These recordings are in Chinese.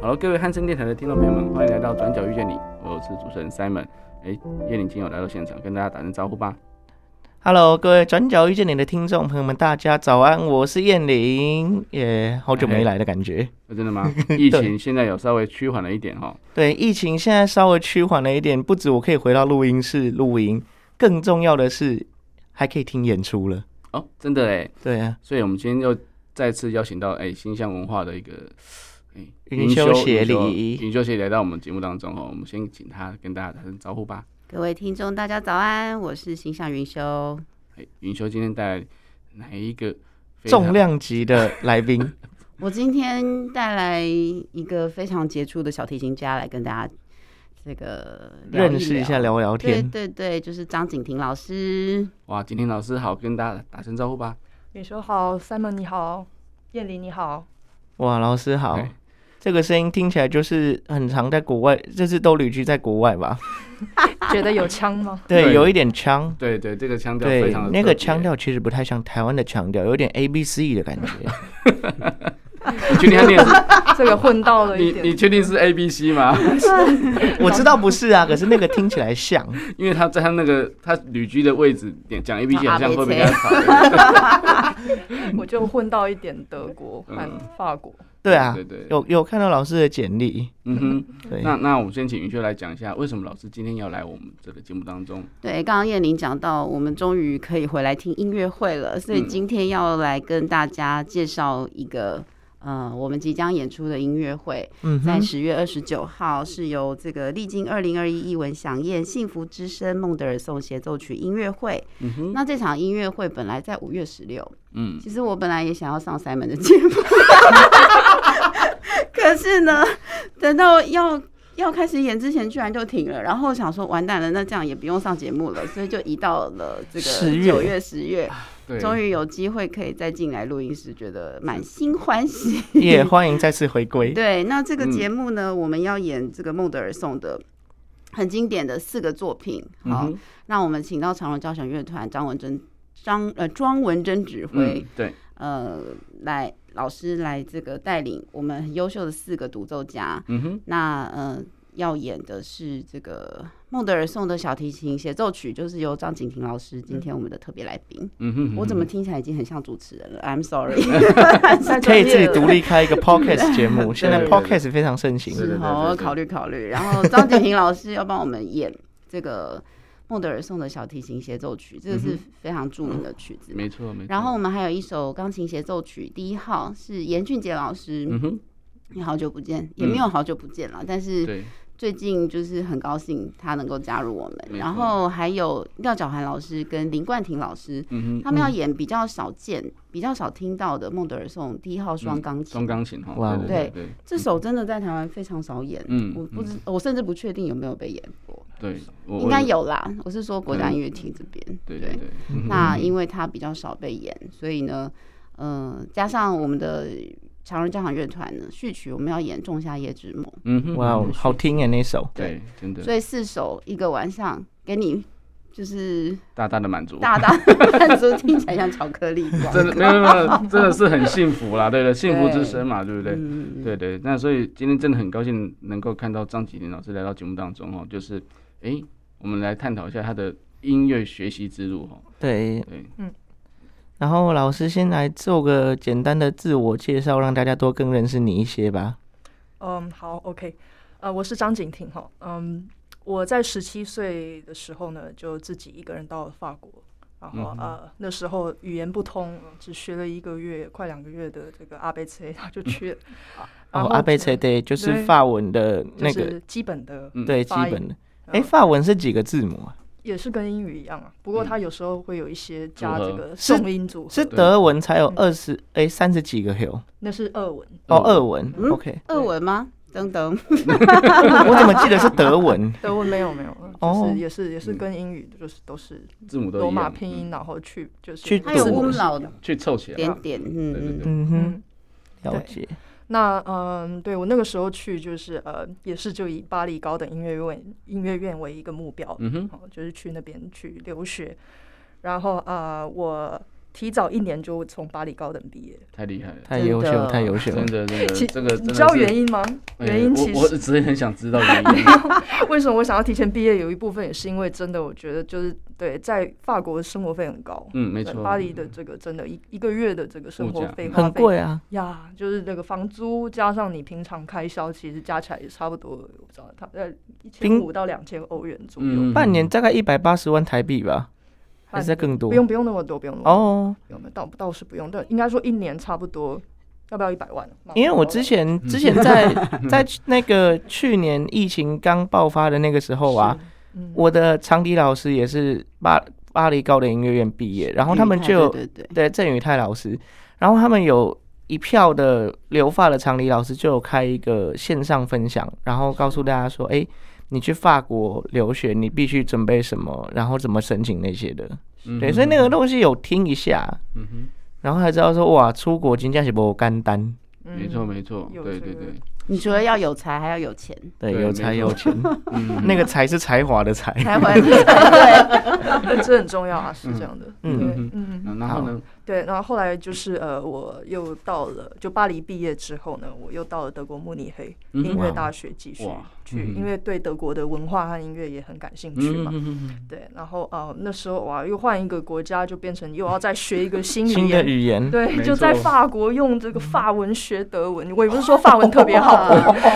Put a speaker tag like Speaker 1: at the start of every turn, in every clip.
Speaker 1: Hello，各位汉声电台的听众朋友们，欢迎来到《转角遇见你》，我是主持人 Simon。哎，叶玲今友来到现场，跟大家打声招呼吧。
Speaker 2: Hello，各位转角遇见你的听众朋友们，大家早安，我是燕玲，也、好久没来的感觉。
Speaker 1: 哦真的 吗？疫情现在有稍微趋缓了一点哈。
Speaker 2: 对，疫情现在稍微趋缓了一点，不止我可以回到录音室录音，更重要的是还可以听演出了。
Speaker 1: 哦，真的哎，
Speaker 2: 对啊，
Speaker 1: 所以我们今天又再次邀请到哎新乡文化的一个哎
Speaker 2: 云修协理
Speaker 1: 云修协理来到我们节目当中哈。我们先请他跟大家打声招呼吧。
Speaker 3: 各位听众，大家早安，我是形象云修。
Speaker 1: 哎，云修今天带来哪一个非常
Speaker 2: 重量级的 来宾，
Speaker 3: 我今天带来一个非常杰出的小提琴家来跟大家这个聊
Speaker 2: 认识一下，聊聊
Speaker 3: 对
Speaker 2: 天。
Speaker 3: 对对，就是张景婷老师。
Speaker 1: 哇？景天老师好，跟大家打声招呼吧。
Speaker 4: 女生好，Simon 你好，燕玲你 好，
Speaker 2: 哇，老师好
Speaker 1: 哎，
Speaker 2: 这个声音听起来就是很常在国外，这次都旅居在国外吧？
Speaker 4: 觉得有枪吗？
Speaker 2: 对，
Speaker 1: 对
Speaker 2: 有一点腔。
Speaker 1: 对对，这个腔调非
Speaker 2: 对
Speaker 1: 常的，
Speaker 2: 那
Speaker 1: 特
Speaker 2: 个
Speaker 1: 别
Speaker 2: 腔，调其实不太像台湾的腔调，有点 A B C 的感觉。
Speaker 1: 你确定他 念的是
Speaker 4: 这个混到了一
Speaker 1: 你你
Speaker 4: 点，
Speaker 1: 确定是 A B C 吗？
Speaker 2: 我知道不是啊，可是那个听起来像。
Speaker 1: 因为他在他那个他旅居的位置点讲 A B C
Speaker 3: 啊
Speaker 1: 好像会比较
Speaker 3: 没
Speaker 1: 少。
Speaker 4: 我就混到一点德国
Speaker 1: 嗯
Speaker 4: 和法国。
Speaker 2: 对啊，
Speaker 1: 对对对
Speaker 2: 有有看到老师的简历。
Speaker 1: 嗯哼，
Speaker 2: 对，
Speaker 1: 那那我们先请云秀来讲一下，为什么老师今天要来我们这个节目当中？
Speaker 3: 对，刚刚燕玲讲到，我们终于可以回来听音乐会了，所以
Speaker 1: 嗯
Speaker 3: 今天要来跟大家介绍一个。呃，我们即将演出的音乐会
Speaker 2: 嗯
Speaker 3: 在
Speaker 2: 哼，
Speaker 3: 十月二十九号是由这个历经二零二一艺文响宴《幸福之声》孟德尔颂协奏曲音乐会。
Speaker 1: 嗯哼，
Speaker 3: 那这场音乐会本来在五月十六，
Speaker 1: 嗯，
Speaker 3: 其实我本来也想要上 Simon 的节目， 可是呢，等到要要开始演之前，居然就停了。然后想说，完蛋了，那这样也不用上节目了，所以就移到了这
Speaker 2: 10
Speaker 3: 个
Speaker 2: 月
Speaker 3: 九月、十月，
Speaker 1: 对，
Speaker 3: 终于有机会可以再进来录音室，觉得满心欢喜。
Speaker 2: 也欢迎再次回归。
Speaker 3: 对，那这个
Speaker 1: 嗯
Speaker 3: 节目呢，我们要演这个孟德尔颂的很经典的四个作品。
Speaker 1: 嗯
Speaker 3: 好，
Speaker 1: 哼，
Speaker 3: 那我们请到长荣交响乐团张文珍、张呃庄文珍指挥。
Speaker 1: 嗯，对，
Speaker 3: 呃，来老师来这个带领我们很优秀的四个独奏家。
Speaker 1: 嗯哼，
Speaker 3: 那呃，要演的是这个孟德尔颂的小提琴协奏曲，就是由张景婷老师今天我们的特别来宾。
Speaker 1: 嗯哼，
Speaker 3: 我怎么听起来已经很像主持人了 ？I'm sorry，
Speaker 2: 可
Speaker 4: 太
Speaker 2: 以
Speaker 4: 专
Speaker 2: 自己
Speaker 4: 业
Speaker 2: 独
Speaker 4: 了，
Speaker 2: 立开一个 podcast 节目，现在
Speaker 1: 对
Speaker 2: podcast 非常盛行
Speaker 1: 对。对
Speaker 3: 是
Speaker 1: 对
Speaker 3: 好，我
Speaker 1: 对
Speaker 3: 考虑考虑。然后张景婷老师要帮我们演这个孟德尔颂的小提琴协奏曲，这个是
Speaker 1: 嗯
Speaker 3: 非常著名的曲子。
Speaker 1: 没错没错。
Speaker 3: 然后我，们还有一首钢琴协奏曲，第一号是严俊杰老师。
Speaker 1: 嗯哼，
Speaker 3: 你好久不见，也没有好久不见了，但是
Speaker 1: 对，
Speaker 3: 最近就是很高兴他能够加入我们。
Speaker 1: 没错
Speaker 3: 然后还有廖角涵老师跟林冠廷老师，
Speaker 1: 嗯哼，
Speaker 3: 他们要演比较少见、比较少听到的孟德尔颂第一号双钢琴。
Speaker 1: 嗯双钢琴哈，
Speaker 2: 哇哦
Speaker 1: 对对
Speaker 3: 这首真的在台湾非常少演，
Speaker 1: 嗯
Speaker 3: 我不知，我甚至不确定有没有被演过，
Speaker 1: 对对，我嗯
Speaker 3: 应该，有啦。我是说国家音乐厅这边，
Speaker 1: 我对对对，嗯哼
Speaker 3: 那因为它比较少被演，所以呢，嗯、加上我们的常人交响乐团呢，序曲我们要演《仲夏夜之梦》。
Speaker 1: 嗯哼，
Speaker 2: 哇
Speaker 1: 嗯
Speaker 2: 哦
Speaker 1: 哼，
Speaker 2: 好听耶那首。
Speaker 1: 对，真的
Speaker 3: 所以四首一个晚上给你就是
Speaker 1: 大大的满足，
Speaker 3: 大 大的满足，听起来像巧克力光。
Speaker 1: 真的没有没有 没有，真的是很幸福啦，对对，幸福之
Speaker 3: 对
Speaker 1: 声嘛，对不对？
Speaker 3: 嗯，
Speaker 1: 对对，那所以今天真的很高兴能够看到张启林老师来到节目当中哦，就是诶，我们来探讨一下他的音乐学习之路哦。
Speaker 2: 对，
Speaker 1: 对，
Speaker 2: 然后老师先来做个简单的自我介绍，让大家多更认识你一些吧。
Speaker 4: 嗯，好，OK，呃，我是张景婷哈，嗯，我在十七岁的时候呢，就自己一个人到了法国，然后、
Speaker 1: 嗯哼
Speaker 4: 呃那时候语言不通，呃只学了一个月快两个月的这个阿贝切，然后就去了，然
Speaker 1: 嗯
Speaker 2: 哦，
Speaker 4: 后
Speaker 2: 阿贝切对，就是
Speaker 4: 对
Speaker 2: 法文的
Speaker 4: 就
Speaker 2: 那个
Speaker 4: 是基本的，
Speaker 1: 嗯
Speaker 2: 对基
Speaker 4: 发音
Speaker 2: 本的。
Speaker 4: 然
Speaker 2: 哎，
Speaker 4: 后
Speaker 2: 法文是几个字母啊？
Speaker 4: 也是跟英语一样啊，不过
Speaker 1: 嗯
Speaker 4: 它有时候会有一些加
Speaker 1: 组合
Speaker 4: 这个
Speaker 2: 是
Speaker 4: 重音组合，
Speaker 2: 是德文才有二十哎三十几个有
Speaker 4: 那是俄文，
Speaker 2: 哦，
Speaker 1: 嗯
Speaker 2: 俄文
Speaker 3: 嗯
Speaker 2: OK。
Speaker 3: 俄文吗？等等，
Speaker 2: 我怎么记得是德文？
Speaker 4: 德文没有没有，
Speaker 2: 哦
Speaker 4: 就是也是也是跟英语就是都是
Speaker 1: 字母都一
Speaker 4: 罗
Speaker 1: 样，
Speaker 4: 马拼音，
Speaker 1: 嗯
Speaker 4: 然后去就是
Speaker 2: 去
Speaker 3: 还有
Speaker 2: 德
Speaker 4: 字母
Speaker 3: 乌
Speaker 2: 文
Speaker 3: 老
Speaker 1: 去凑起来
Speaker 3: 点
Speaker 1: 吧。
Speaker 3: 点，嗯嗯，
Speaker 1: 啊对
Speaker 2: 嗯哼，
Speaker 4: 嗯，
Speaker 2: 了解。
Speaker 4: 那嗯，对我那个时候去就是呃，也是就以巴黎高等音乐院音乐院为一个目标，
Speaker 1: 嗯哼，
Speaker 4: 哦，就是去那边去留学，然后啊、呃我提早一年就从巴黎高等毕业，
Speaker 1: 太厉害了，
Speaker 2: 太优秀
Speaker 5: 真的
Speaker 2: 了，太优秀了
Speaker 1: 真！的真的
Speaker 4: 其
Speaker 1: 这个真
Speaker 4: 你
Speaker 1: 的
Speaker 4: 知道
Speaker 1: 是
Speaker 4: 原因吗？
Speaker 1: 哎
Speaker 4: 原因其
Speaker 1: 我我
Speaker 4: 实
Speaker 1: 只是很想知道原 因。
Speaker 4: 为什么我想要提前毕业，有一部分也是因为真的，我觉得就是对，在法国生活费很高，
Speaker 1: 嗯，没
Speaker 4: 对
Speaker 1: 错，
Speaker 4: 巴黎的这个真的一一个月的这个生
Speaker 1: 物
Speaker 4: 活
Speaker 1: 价
Speaker 4: 费花
Speaker 2: 很
Speaker 4: 费
Speaker 2: 贵啊，
Speaker 4: 呀，就是那个房租加上你平常开销，其实加起来也差不多，我不知道它在一千
Speaker 2: 平
Speaker 4: 五到两千欧元左右，
Speaker 1: 嗯，
Speaker 2: 半年大概一百八十万台币吧，还
Speaker 4: 半
Speaker 2: 是在更多？
Speaker 4: 不用不用那么多，不用那么多。
Speaker 2: 哦，
Speaker 4: 有没有？倒倒是不用，但应该说一年差不多，要不要一百万？
Speaker 2: 因为我之前之前 在在那个去年疫情刚爆发的那个时候啊，，
Speaker 4: 嗯，
Speaker 2: 我的长笛老师也是巴巴黎高等音乐院毕业，然后他们
Speaker 3: 嗯
Speaker 2: 就
Speaker 3: 对对对，
Speaker 2: 对郑宇泰老师，然后他们有一票的留发的长笛老师就有开一个线上分享，然后告诉大家说，哎、你去法国留学，你必须准备什么，然后怎么申请那些的。
Speaker 1: 嗯
Speaker 2: 对，所以那个东西有听一下，
Speaker 1: 嗯哼，
Speaker 2: 然后才知道说，哇，出国金价是不干单，
Speaker 4: 嗯
Speaker 1: 没错没错，
Speaker 4: 有
Speaker 1: 对
Speaker 4: 这
Speaker 1: 对
Speaker 4: 个
Speaker 1: 对，
Speaker 3: 你除了要有才，还要有钱，
Speaker 2: 对，
Speaker 1: 对
Speaker 2: 有
Speaker 1: 没
Speaker 2: 才
Speaker 1: 错
Speaker 2: 有钱，
Speaker 1: 嗯，
Speaker 2: 那个才是才华的才。
Speaker 3: 才会对，
Speaker 4: 这很重要 啊，是这样的。
Speaker 2: 嗯
Speaker 4: 对
Speaker 1: 嗯
Speaker 4: 嗯，
Speaker 1: 嗯然后呢，
Speaker 4: 对。然后后来就是呃，我又到了就巴黎毕业之后呢，我又到了德国慕尼黑
Speaker 1: 嗯
Speaker 4: 音乐大学继续
Speaker 1: 哇
Speaker 4: 去，
Speaker 1: 嗯
Speaker 4: 因为对德国的文化和音乐也很感兴趣
Speaker 1: 嗯
Speaker 4: 嘛。
Speaker 1: 嗯
Speaker 4: 对，然后呃那时候哇，又换一个国家，就变成又要再学一个新语
Speaker 2: 新
Speaker 4: 言
Speaker 2: 的，语言，
Speaker 4: 对，
Speaker 1: 没
Speaker 4: 就在
Speaker 1: 错
Speaker 4: 法国用这个法文学德文，我也不是说法文特别好。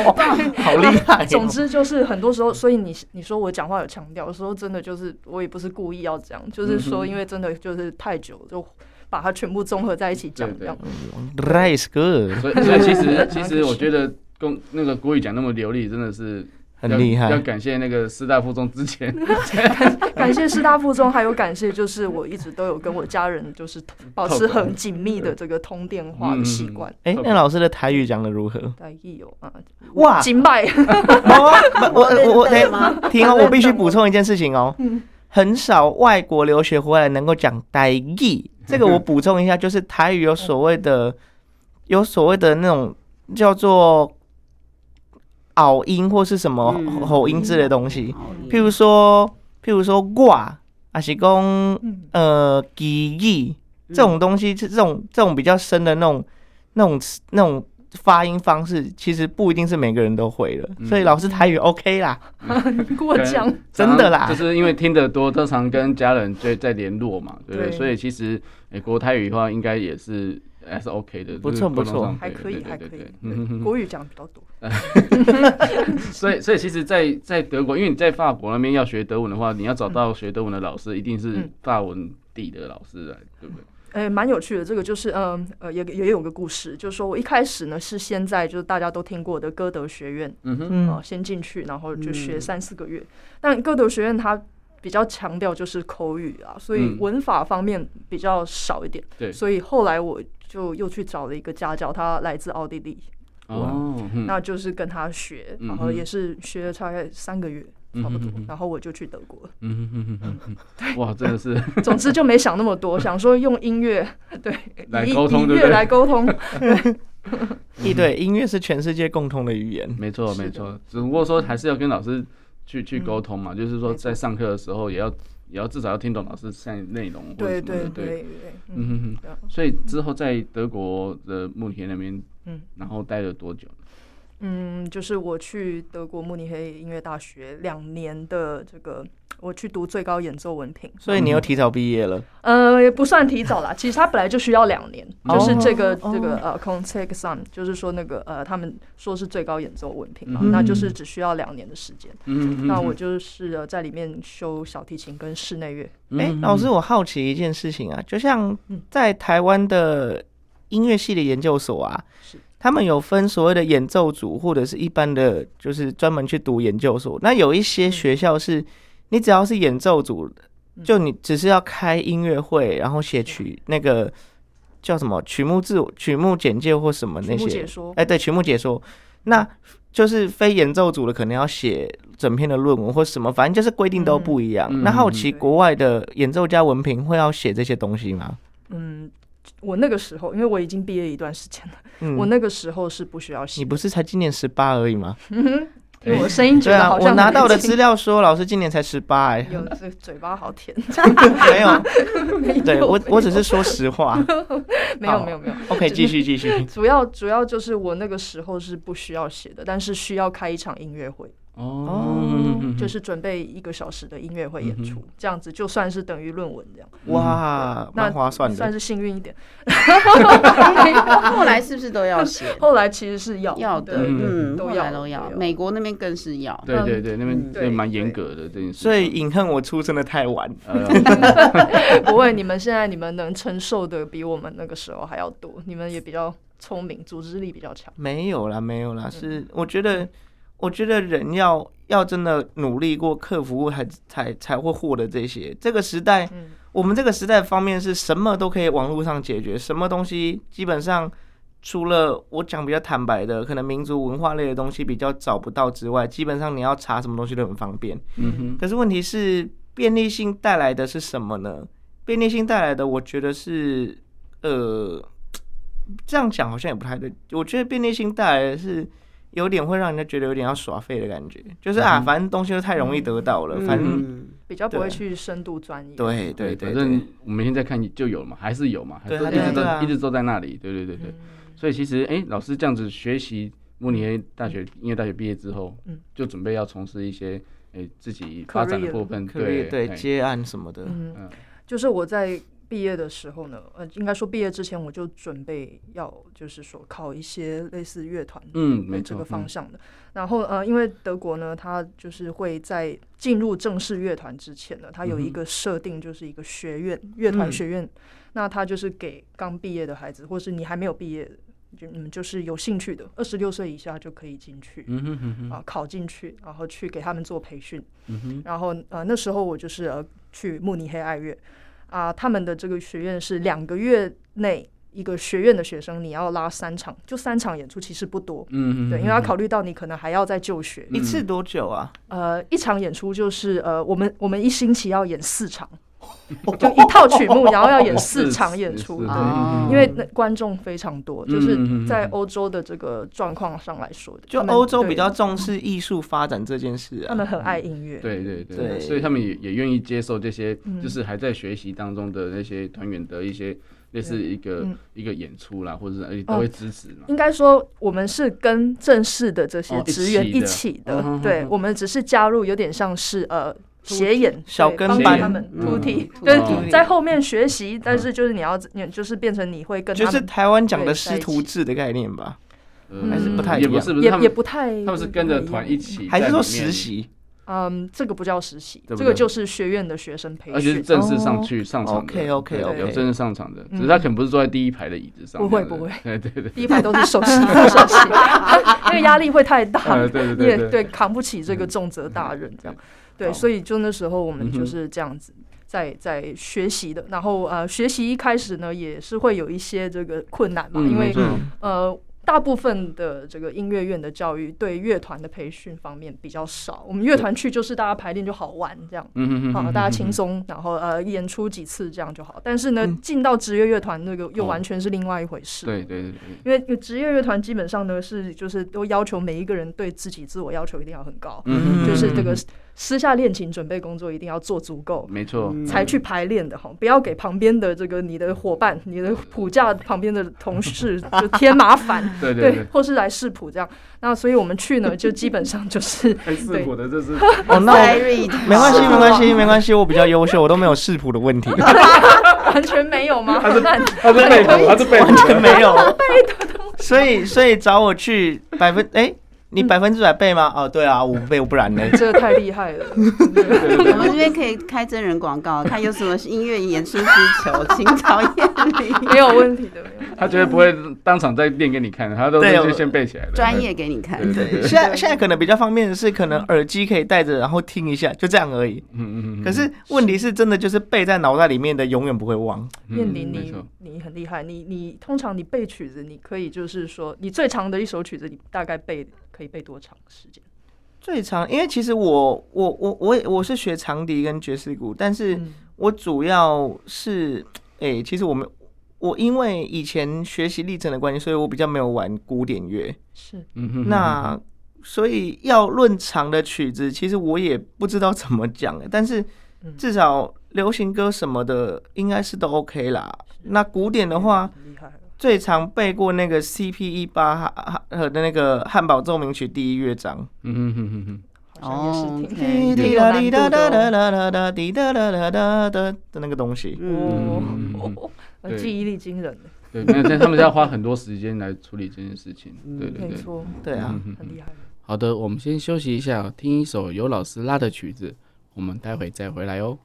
Speaker 2: 好厉害哦！
Speaker 4: 总之就是很多时候，所以你你说我讲话有腔调，有时候真的就是我也不是故意要这样，
Speaker 1: 嗯
Speaker 4: 就是说因为真的就是太久就把它全部综合在一起讲
Speaker 1: 对对
Speaker 4: 这样。
Speaker 2: ，rice girl
Speaker 1: 所以所以其 实其实我觉得公那个国语讲那么流利，真的是要
Speaker 2: 很厉
Speaker 1: 要
Speaker 2: 害，
Speaker 1: 感谢那个师大附中之前
Speaker 4: 感谢师大附中，还有感谢就是我一直都有跟我家人就是保持很紧密的这个通电话的习惯。
Speaker 2: 哎，那老师的台语讲的如何？
Speaker 4: 大意有啊，
Speaker 2: 哇，
Speaker 4: 敬拜，
Speaker 2: 哦，不我我我
Speaker 3: 对
Speaker 2: 得
Speaker 3: 吗？嗯
Speaker 2: 停哦，我必须补充一件事情哦。很少外国留学回来能够讲台语，这个我补充一下，就是台语有所谓
Speaker 3: 嗯
Speaker 2: 的，有所谓的那种叫做拗音或是什么
Speaker 3: 嗯
Speaker 2: 吼音之类的东
Speaker 1: 嗯
Speaker 2: 西，
Speaker 3: 好
Speaker 2: 譬如说，譬如说挂，还是讲
Speaker 4: 嗯，
Speaker 2: 呃记忆这种东西，这种这种比较深的那种那种词那种发音方式，其实不一定是每个人都会的，
Speaker 1: 嗯
Speaker 2: 所以老师台语 OK 啦。
Speaker 4: 你跟我讲，
Speaker 2: 真的啦
Speaker 1: 就是因为听得多，通常跟家人就在联络嘛，对不对？
Speaker 4: 对
Speaker 1: 所以其实诶国泰语的话，应该也是还是 OK 的，
Speaker 2: 不
Speaker 1: 就是
Speaker 2: 错不
Speaker 1: 沟通
Speaker 2: 错
Speaker 1: 上
Speaker 4: 还可以，
Speaker 1: 对
Speaker 4: 还
Speaker 1: 对
Speaker 4: 可
Speaker 1: 对
Speaker 4: 以
Speaker 1: 对，嗯哼
Speaker 4: 对
Speaker 1: 哼
Speaker 4: 国语讲比较多。
Speaker 1: 所以，所以其实在，在德国，因为你在法国那边要学德文的话，你要找到学德文的老师，一定是
Speaker 4: 嗯
Speaker 1: 法文底的老师来，对不对？
Speaker 4: 哎，蛮有趣的，这个就是，嗯，呃，也也有个故事，就是说我一开始呢是先在就是大家都听过的歌德学院
Speaker 1: 嗯哼，
Speaker 4: 啊、
Speaker 2: 嗯
Speaker 4: 呃，先进去，然后就学
Speaker 3: 嗯
Speaker 4: 三四个月。但歌德学院它比较强调就是口语啊，所以
Speaker 1: 嗯
Speaker 4: 文法方面比较少一点。
Speaker 1: 对
Speaker 4: 所以后来我就又去找了一个家教，他来自奥地利，
Speaker 1: 哦，嗯
Speaker 4: 那就是跟他学，然
Speaker 1: 嗯
Speaker 4: 后
Speaker 1: 哼
Speaker 4: 也是学了大概三个月。差不多，然后我就去德国 了。
Speaker 1: 嗯哼哼哼哼，哇，真的 是
Speaker 4: 总之就没想那么多，想说用音乐对
Speaker 1: 来
Speaker 4: 以
Speaker 1: 沟通
Speaker 4: 以
Speaker 1: 对不
Speaker 4: 乐
Speaker 1: 对
Speaker 4: 来沟 通，
Speaker 2: 一对音乐是全世界共同的语言，
Speaker 1: 没错
Speaker 4: 是的
Speaker 1: 没错，只不过说还是要跟老师去去沟通嘛，就是说
Speaker 4: 没错
Speaker 1: 在上课的时候也要也要至少要听懂老师现在内容或者什
Speaker 4: 对
Speaker 1: 么
Speaker 4: 对
Speaker 1: 的，
Speaker 4: 对
Speaker 1: 对，
Speaker 4: 对，
Speaker 1: 嗯
Speaker 4: 嗯，
Speaker 1: 哼哼。
Speaker 4: 这样
Speaker 1: 所以之后在德国的慕尼黑那边，
Speaker 4: 嗯
Speaker 1: 然后待了多久？
Speaker 4: 嗯，就是我去德国慕尼黑音乐大学两年的这个，我去读最高演奏文凭，
Speaker 2: 所以你又提早毕业了。
Speaker 4: 呃，也不算提早 啦，其实它本来就需要两年，就是这个、
Speaker 2: 哦
Speaker 4: 这个呃 c o n t e x a m 就是说那个呃，他们说是最高演奏文凭嘛，
Speaker 2: 嗯
Speaker 4: 那就是只需要两年的时间。
Speaker 1: 嗯哼
Speaker 4: 那
Speaker 1: 哼
Speaker 4: 我就是、呃、在里面修小提琴跟室内乐，
Speaker 1: 嗯
Speaker 2: 哎、
Speaker 1: 哼
Speaker 2: 老
Speaker 1: 哼
Speaker 2: 师，我好奇一件事情啊，就像在台湾的音乐系的研究所啊
Speaker 4: 是，
Speaker 2: 他们有分所谓的演奏组或者是一般的，就是专门去读研究所。那有一些学校是，你只要是演奏组，就你只是要开音乐会，然后写曲那个叫什么曲目自我曲目简介或什么
Speaker 4: 曲
Speaker 2: 啊那
Speaker 4: 目解
Speaker 2: 些，
Speaker 4: 说
Speaker 2: 哎哎、对，曲目解说。那就是非演奏组的可能要写整篇的论文或什么，反正就是规定都不一样。
Speaker 1: 嗯
Speaker 2: 那
Speaker 1: 嗯
Speaker 2: 好
Speaker 1: 嗯
Speaker 2: 奇
Speaker 4: 对
Speaker 2: 国外的演奏家文凭会要写这些东西吗？
Speaker 4: 嗯，我那个时候，因为我已经毕业一段时间了，
Speaker 2: 嗯，
Speaker 4: 我那个时候是不需要
Speaker 2: 你
Speaker 4: 写。
Speaker 2: 不是才今年十八而已吗？
Speaker 4: 因为我声音觉
Speaker 2: 对
Speaker 4: 得
Speaker 2: 啊，
Speaker 4: 好
Speaker 2: 我
Speaker 4: 像
Speaker 2: 拿
Speaker 4: 很
Speaker 2: 到的
Speaker 4: 轻
Speaker 2: 资料说老师今年才十八哎，
Speaker 4: 有这嘴巴好甜，
Speaker 2: 没 有，
Speaker 4: 没有
Speaker 2: 对我
Speaker 4: 没
Speaker 2: 我只
Speaker 4: 有
Speaker 2: 是说实 话。
Speaker 4: 没有
Speaker 2: 好
Speaker 4: 没有没有，
Speaker 2: OK，继续继续。
Speaker 4: 主要主要就是我那个时候是不需要写的，但是需要开一场音乐会，
Speaker 1: 哦，
Speaker 4: 就是准备一个小时的音乐会演出，
Speaker 1: 嗯
Speaker 4: 这样子就算是等于论文这样，
Speaker 2: 哇，
Speaker 4: 那
Speaker 2: 蛮划算
Speaker 4: 算
Speaker 2: 的。
Speaker 4: 是幸运一点。
Speaker 3: 后来是不是 都要写？
Speaker 4: 后来其实是要
Speaker 3: 要的，
Speaker 4: 对
Speaker 3: 嗯，
Speaker 4: 都
Speaker 3: 后
Speaker 4: 要
Speaker 3: 来都要。
Speaker 4: 都要
Speaker 3: 美国那边更是要，
Speaker 1: 对对对，那边
Speaker 3: 嗯
Speaker 1: 对
Speaker 4: 对
Speaker 1: 蛮严格的这件事情，
Speaker 2: 所以隐恨我出生的太晚，
Speaker 1: 呃，
Speaker 4: 不会，你们现在你们能承受的比我们那个时候还要多，你们也比较聪明，组织力比较强。
Speaker 2: 没有啦，没有啦，是我觉得，我觉得人要要真的努力过、克服过，才才才会获得这些。这个时代，
Speaker 4: 嗯
Speaker 2: 我们这个时代方面是什么都可以网络上解决，什么东西基本上除了我讲比较坦白的，可能民族文化类的东西比较找不到之外，基本上你要查什么东西都很方便。
Speaker 1: 嗯
Speaker 2: 可是问题是，便利性带来的是什么呢？便利性带来的，我觉得是，呃，这样讲好像也不太对。我觉得便利性带来的是有点会让人家觉得有点要耍废的感觉，就是啊，
Speaker 1: 嗯
Speaker 2: 反正东西都太容易得到了，
Speaker 3: 嗯
Speaker 2: 反正
Speaker 4: 比较不会
Speaker 2: 对
Speaker 4: 去深度钻研。
Speaker 2: 对对
Speaker 1: 对，反
Speaker 2: 对对
Speaker 1: 正，我们现在看就有嘛，还是有嘛，还
Speaker 2: 对
Speaker 1: 都
Speaker 2: 还
Speaker 1: 一
Speaker 4: 是
Speaker 1: 直
Speaker 4: 有
Speaker 2: 啊
Speaker 1: 都一直都在那里，对对对
Speaker 4: 嗯
Speaker 1: 对，所以其实哎，老师这样子学习慕尼黑大学音乐大学毕业之后
Speaker 4: 嗯，
Speaker 1: 就准备要从事一些哎自己发展的
Speaker 4: Career
Speaker 1: 部分，
Speaker 2: 可以
Speaker 1: 对
Speaker 2: 对
Speaker 1: 哎
Speaker 2: 接案什么的，
Speaker 4: 嗯，
Speaker 1: 嗯
Speaker 4: 就是我在毕业的时候呢，呃，应该说毕业之前我就准备要就是说考一些类似乐团
Speaker 1: 嗯，没
Speaker 4: 这
Speaker 1: 错嗯
Speaker 4: 个，方向的。然后呃，因为德国呢，它就是会在进入正式乐团之前呢，它有
Speaker 1: 嗯
Speaker 4: 一
Speaker 1: 哼嗯
Speaker 4: 个设定，就是一个学院乐团学院，那它就是给刚毕业的孩子，或是你还没有毕业的，就你们就是有兴趣的，二十六岁以下就可以进去。
Speaker 1: 嗯哼嗯哼
Speaker 4: 啊，考进去，然后去给他们做培训，
Speaker 1: 嗯哼，
Speaker 4: 然后呃，那时候我就是呃去慕尼黑爱乐啊、他们的这个学院是两个月内一个学院的学生你要拉三场，就三场演出其实不多，
Speaker 1: 嗯哼，
Speaker 4: 对，因为
Speaker 1: 嗯
Speaker 4: 要
Speaker 1: 哼
Speaker 4: 考虑到你可能还要再就学。
Speaker 2: 一次多久啊？
Speaker 4: 呃，一场演出就是呃，我们我们一星期要演四场，就一套曲 目，然后要演四场演
Speaker 1: 哦
Speaker 4: 出
Speaker 1: 是是，
Speaker 4: 对
Speaker 1: 是嗯
Speaker 4: 因为那观众非常多，就
Speaker 1: 嗯嗯嗯
Speaker 4: 是
Speaker 1: 嗯
Speaker 4: 在欧洲的这个状况上来说，
Speaker 2: 就
Speaker 4: 他们
Speaker 2: 欧洲比
Speaker 4: 对
Speaker 2: 较重视艺术发展这件事
Speaker 4: 他
Speaker 2: 啊，
Speaker 4: 们很爱音乐，
Speaker 1: 对对对，
Speaker 2: 对
Speaker 1: 所以他们也也愿意接受这些，
Speaker 4: 嗯
Speaker 1: 就是还在学习当中的那些团员的一些类似一个、
Speaker 4: 嗯哦
Speaker 1: 一个演出啦，或者是而且都会支持嘛。
Speaker 4: 应该说，我们是跟正式的这些
Speaker 1: 哦
Speaker 4: 职员
Speaker 1: 一起
Speaker 4: 一
Speaker 1: 的
Speaker 4: 起
Speaker 1: 嗯
Speaker 4: 的，
Speaker 1: 嗯嗯
Speaker 4: 对
Speaker 1: 嗯
Speaker 4: 我们只是加入，有点像是呃斜眼
Speaker 2: 小
Speaker 4: 对
Speaker 2: 跟
Speaker 4: 帮
Speaker 1: 班
Speaker 4: 帮他们
Speaker 3: 嗯
Speaker 4: 突体，
Speaker 3: 嗯
Speaker 4: 跟
Speaker 1: 哦
Speaker 4: 在后面学习，但是就是你要你就是变成你会跟
Speaker 2: 就
Speaker 4: 他
Speaker 2: 是
Speaker 4: 们
Speaker 2: 台湾讲的
Speaker 4: 对在
Speaker 2: 师
Speaker 4: 一
Speaker 2: 徒
Speaker 4: 起
Speaker 2: 制的概念吧，
Speaker 1: 呃
Speaker 4: 嗯还是不
Speaker 2: 太
Speaker 1: 也
Speaker 2: 一
Speaker 1: 不
Speaker 2: 样
Speaker 1: 是不是
Speaker 4: 也
Speaker 1: 他
Speaker 4: 也
Speaker 1: 们
Speaker 4: 不太，
Speaker 1: 他们是跟着团一，起，
Speaker 2: 还是说实？习？
Speaker 4: 嗯，这个不叫实习，
Speaker 1: 对不
Speaker 4: 这个
Speaker 1: 对
Speaker 4: 就是学院的学生培
Speaker 1: 而且是
Speaker 4: 训，
Speaker 1: 正式上去上场的
Speaker 2: OK，OK，OK
Speaker 1: 对有正式上场的，
Speaker 4: 嗯
Speaker 1: 只是他可能不是坐在第一排的椅子上，
Speaker 4: 不会
Speaker 1: 这样子
Speaker 4: 不会，
Speaker 1: 对对对，
Speaker 4: 第一排都是首席副首 席，因为压力会太大
Speaker 1: 呃
Speaker 4: 了，
Speaker 1: 对对
Speaker 4: 你也
Speaker 1: 对，嗯
Speaker 4: 对扛不起这个重责大任，这样对，
Speaker 1: 好
Speaker 4: 所以就那时候我们
Speaker 1: 嗯
Speaker 4: 就
Speaker 1: 哼
Speaker 4: 是这样子在在学习的，然后呃，学习一开始呢也是会有一些这个困难嘛，
Speaker 1: 嗯
Speaker 4: 因
Speaker 1: 没
Speaker 4: 为
Speaker 1: 错
Speaker 4: 呃。大部分的这个音乐院的教育对乐团的培训方面比较少，我们乐团去就是大家排练就好玩这样，
Speaker 1: 嗯哼嗯哼
Speaker 4: 好、
Speaker 1: 嗯哼，
Speaker 4: 哦大家
Speaker 1: 嗯
Speaker 4: 轻
Speaker 1: 哼。
Speaker 4: 松，然后呃演出几次这样就好。但是呢
Speaker 2: 嗯，
Speaker 4: 进到职业乐团那个又
Speaker 1: 哦
Speaker 4: 完全是另外一回事。
Speaker 1: 对对对对，
Speaker 4: 因为有职业乐团基本上呢是就是都要求每一个人对自己自我要求一定要很高，
Speaker 1: 嗯哼
Speaker 4: 就是这
Speaker 1: 嗯
Speaker 4: 个
Speaker 1: 哼
Speaker 4: 私下练琴准备工作一定要做足够。
Speaker 1: 没错，
Speaker 4: 嗯才去排练的哈，不要给旁边的这个你的伙伴、你的谱架旁边的 同事就添麻烦，
Speaker 1: 对对对，
Speaker 4: 或是来试谱这样。那所以我们去呢，就基本上就是
Speaker 1: 太刺
Speaker 4: 对
Speaker 1: 骨的，这哎是
Speaker 2: 哦，那我
Speaker 3: Very
Speaker 2: 没关系，没关系，没关系，我比较优秀，我都没有视谱的问题，
Speaker 4: 完全没有吗？那
Speaker 1: 他是 背叛，他是背叛
Speaker 2: 完全没有。所以，所以找我去百分哎、
Speaker 6: 你百分之百背吗？哦，对啊，我不背，不然呢？
Speaker 4: 这个太厉害了。
Speaker 3: 我们这边可以开真人广告，看有什么音乐演出需求，请找燕玲，
Speaker 4: 没有问题的，没有问题
Speaker 1: 他绝对不会当场再练给你看，他都
Speaker 6: 对
Speaker 1: 是
Speaker 6: 我
Speaker 1: 先背起来的。
Speaker 3: 专业给你看。
Speaker 1: 对对对，
Speaker 6: 现在现在可能比较方便的是，可能耳机可以戴着，然后听一下，就这样而已。
Speaker 1: 嗯嗯嗯。
Speaker 6: 可是问题是，真的就是背在脑袋里面的，永远不会忘。
Speaker 1: 嗯
Speaker 4: 燕玲，
Speaker 1: 没
Speaker 4: 你
Speaker 1: 错，
Speaker 4: 你很厉害，你你通常你背曲子，你可以就是说，你最长的一首曲子，你大概背可以背多长时间？
Speaker 6: 最长，因为其实我我我我也我是学长笛跟爵士鼓，但是
Speaker 4: 嗯
Speaker 6: 我主要是，诶、其实我们我因为以前学习历程的关系，所以我比较没有玩古典乐。
Speaker 4: 是
Speaker 1: 嗯哼哼
Speaker 6: 那所以要论长的曲子，其实我也不知道怎么讲，欸但是
Speaker 4: 嗯
Speaker 6: 至少流行歌什么的应该是都 OK 啦。那古典的话，
Speaker 4: 很厉害了。
Speaker 6: 最常背过那个 CP 一八和的那个汉堡奏鸣曲第一乐章。
Speaker 1: 嗯哼哼哼哼，
Speaker 4: 好像也是挺
Speaker 3: 嗯
Speaker 6: 滴答滴答答答答答答滴答答答答的那个东西。
Speaker 3: 嗯，
Speaker 1: 嗯嗯
Speaker 4: 哦，
Speaker 1: 对
Speaker 4: 记忆力惊人，
Speaker 1: 对，没有，但他们是要花很多时间来处理这件事情。对对
Speaker 4: 没
Speaker 1: 对，
Speaker 4: 错，
Speaker 6: 对啊
Speaker 1: 嗯，哼
Speaker 4: 很
Speaker 1: 哼
Speaker 4: 厉害。
Speaker 1: 好的，我们先休息一下，听一首由老师拉的曲子，我们待会再回来哦。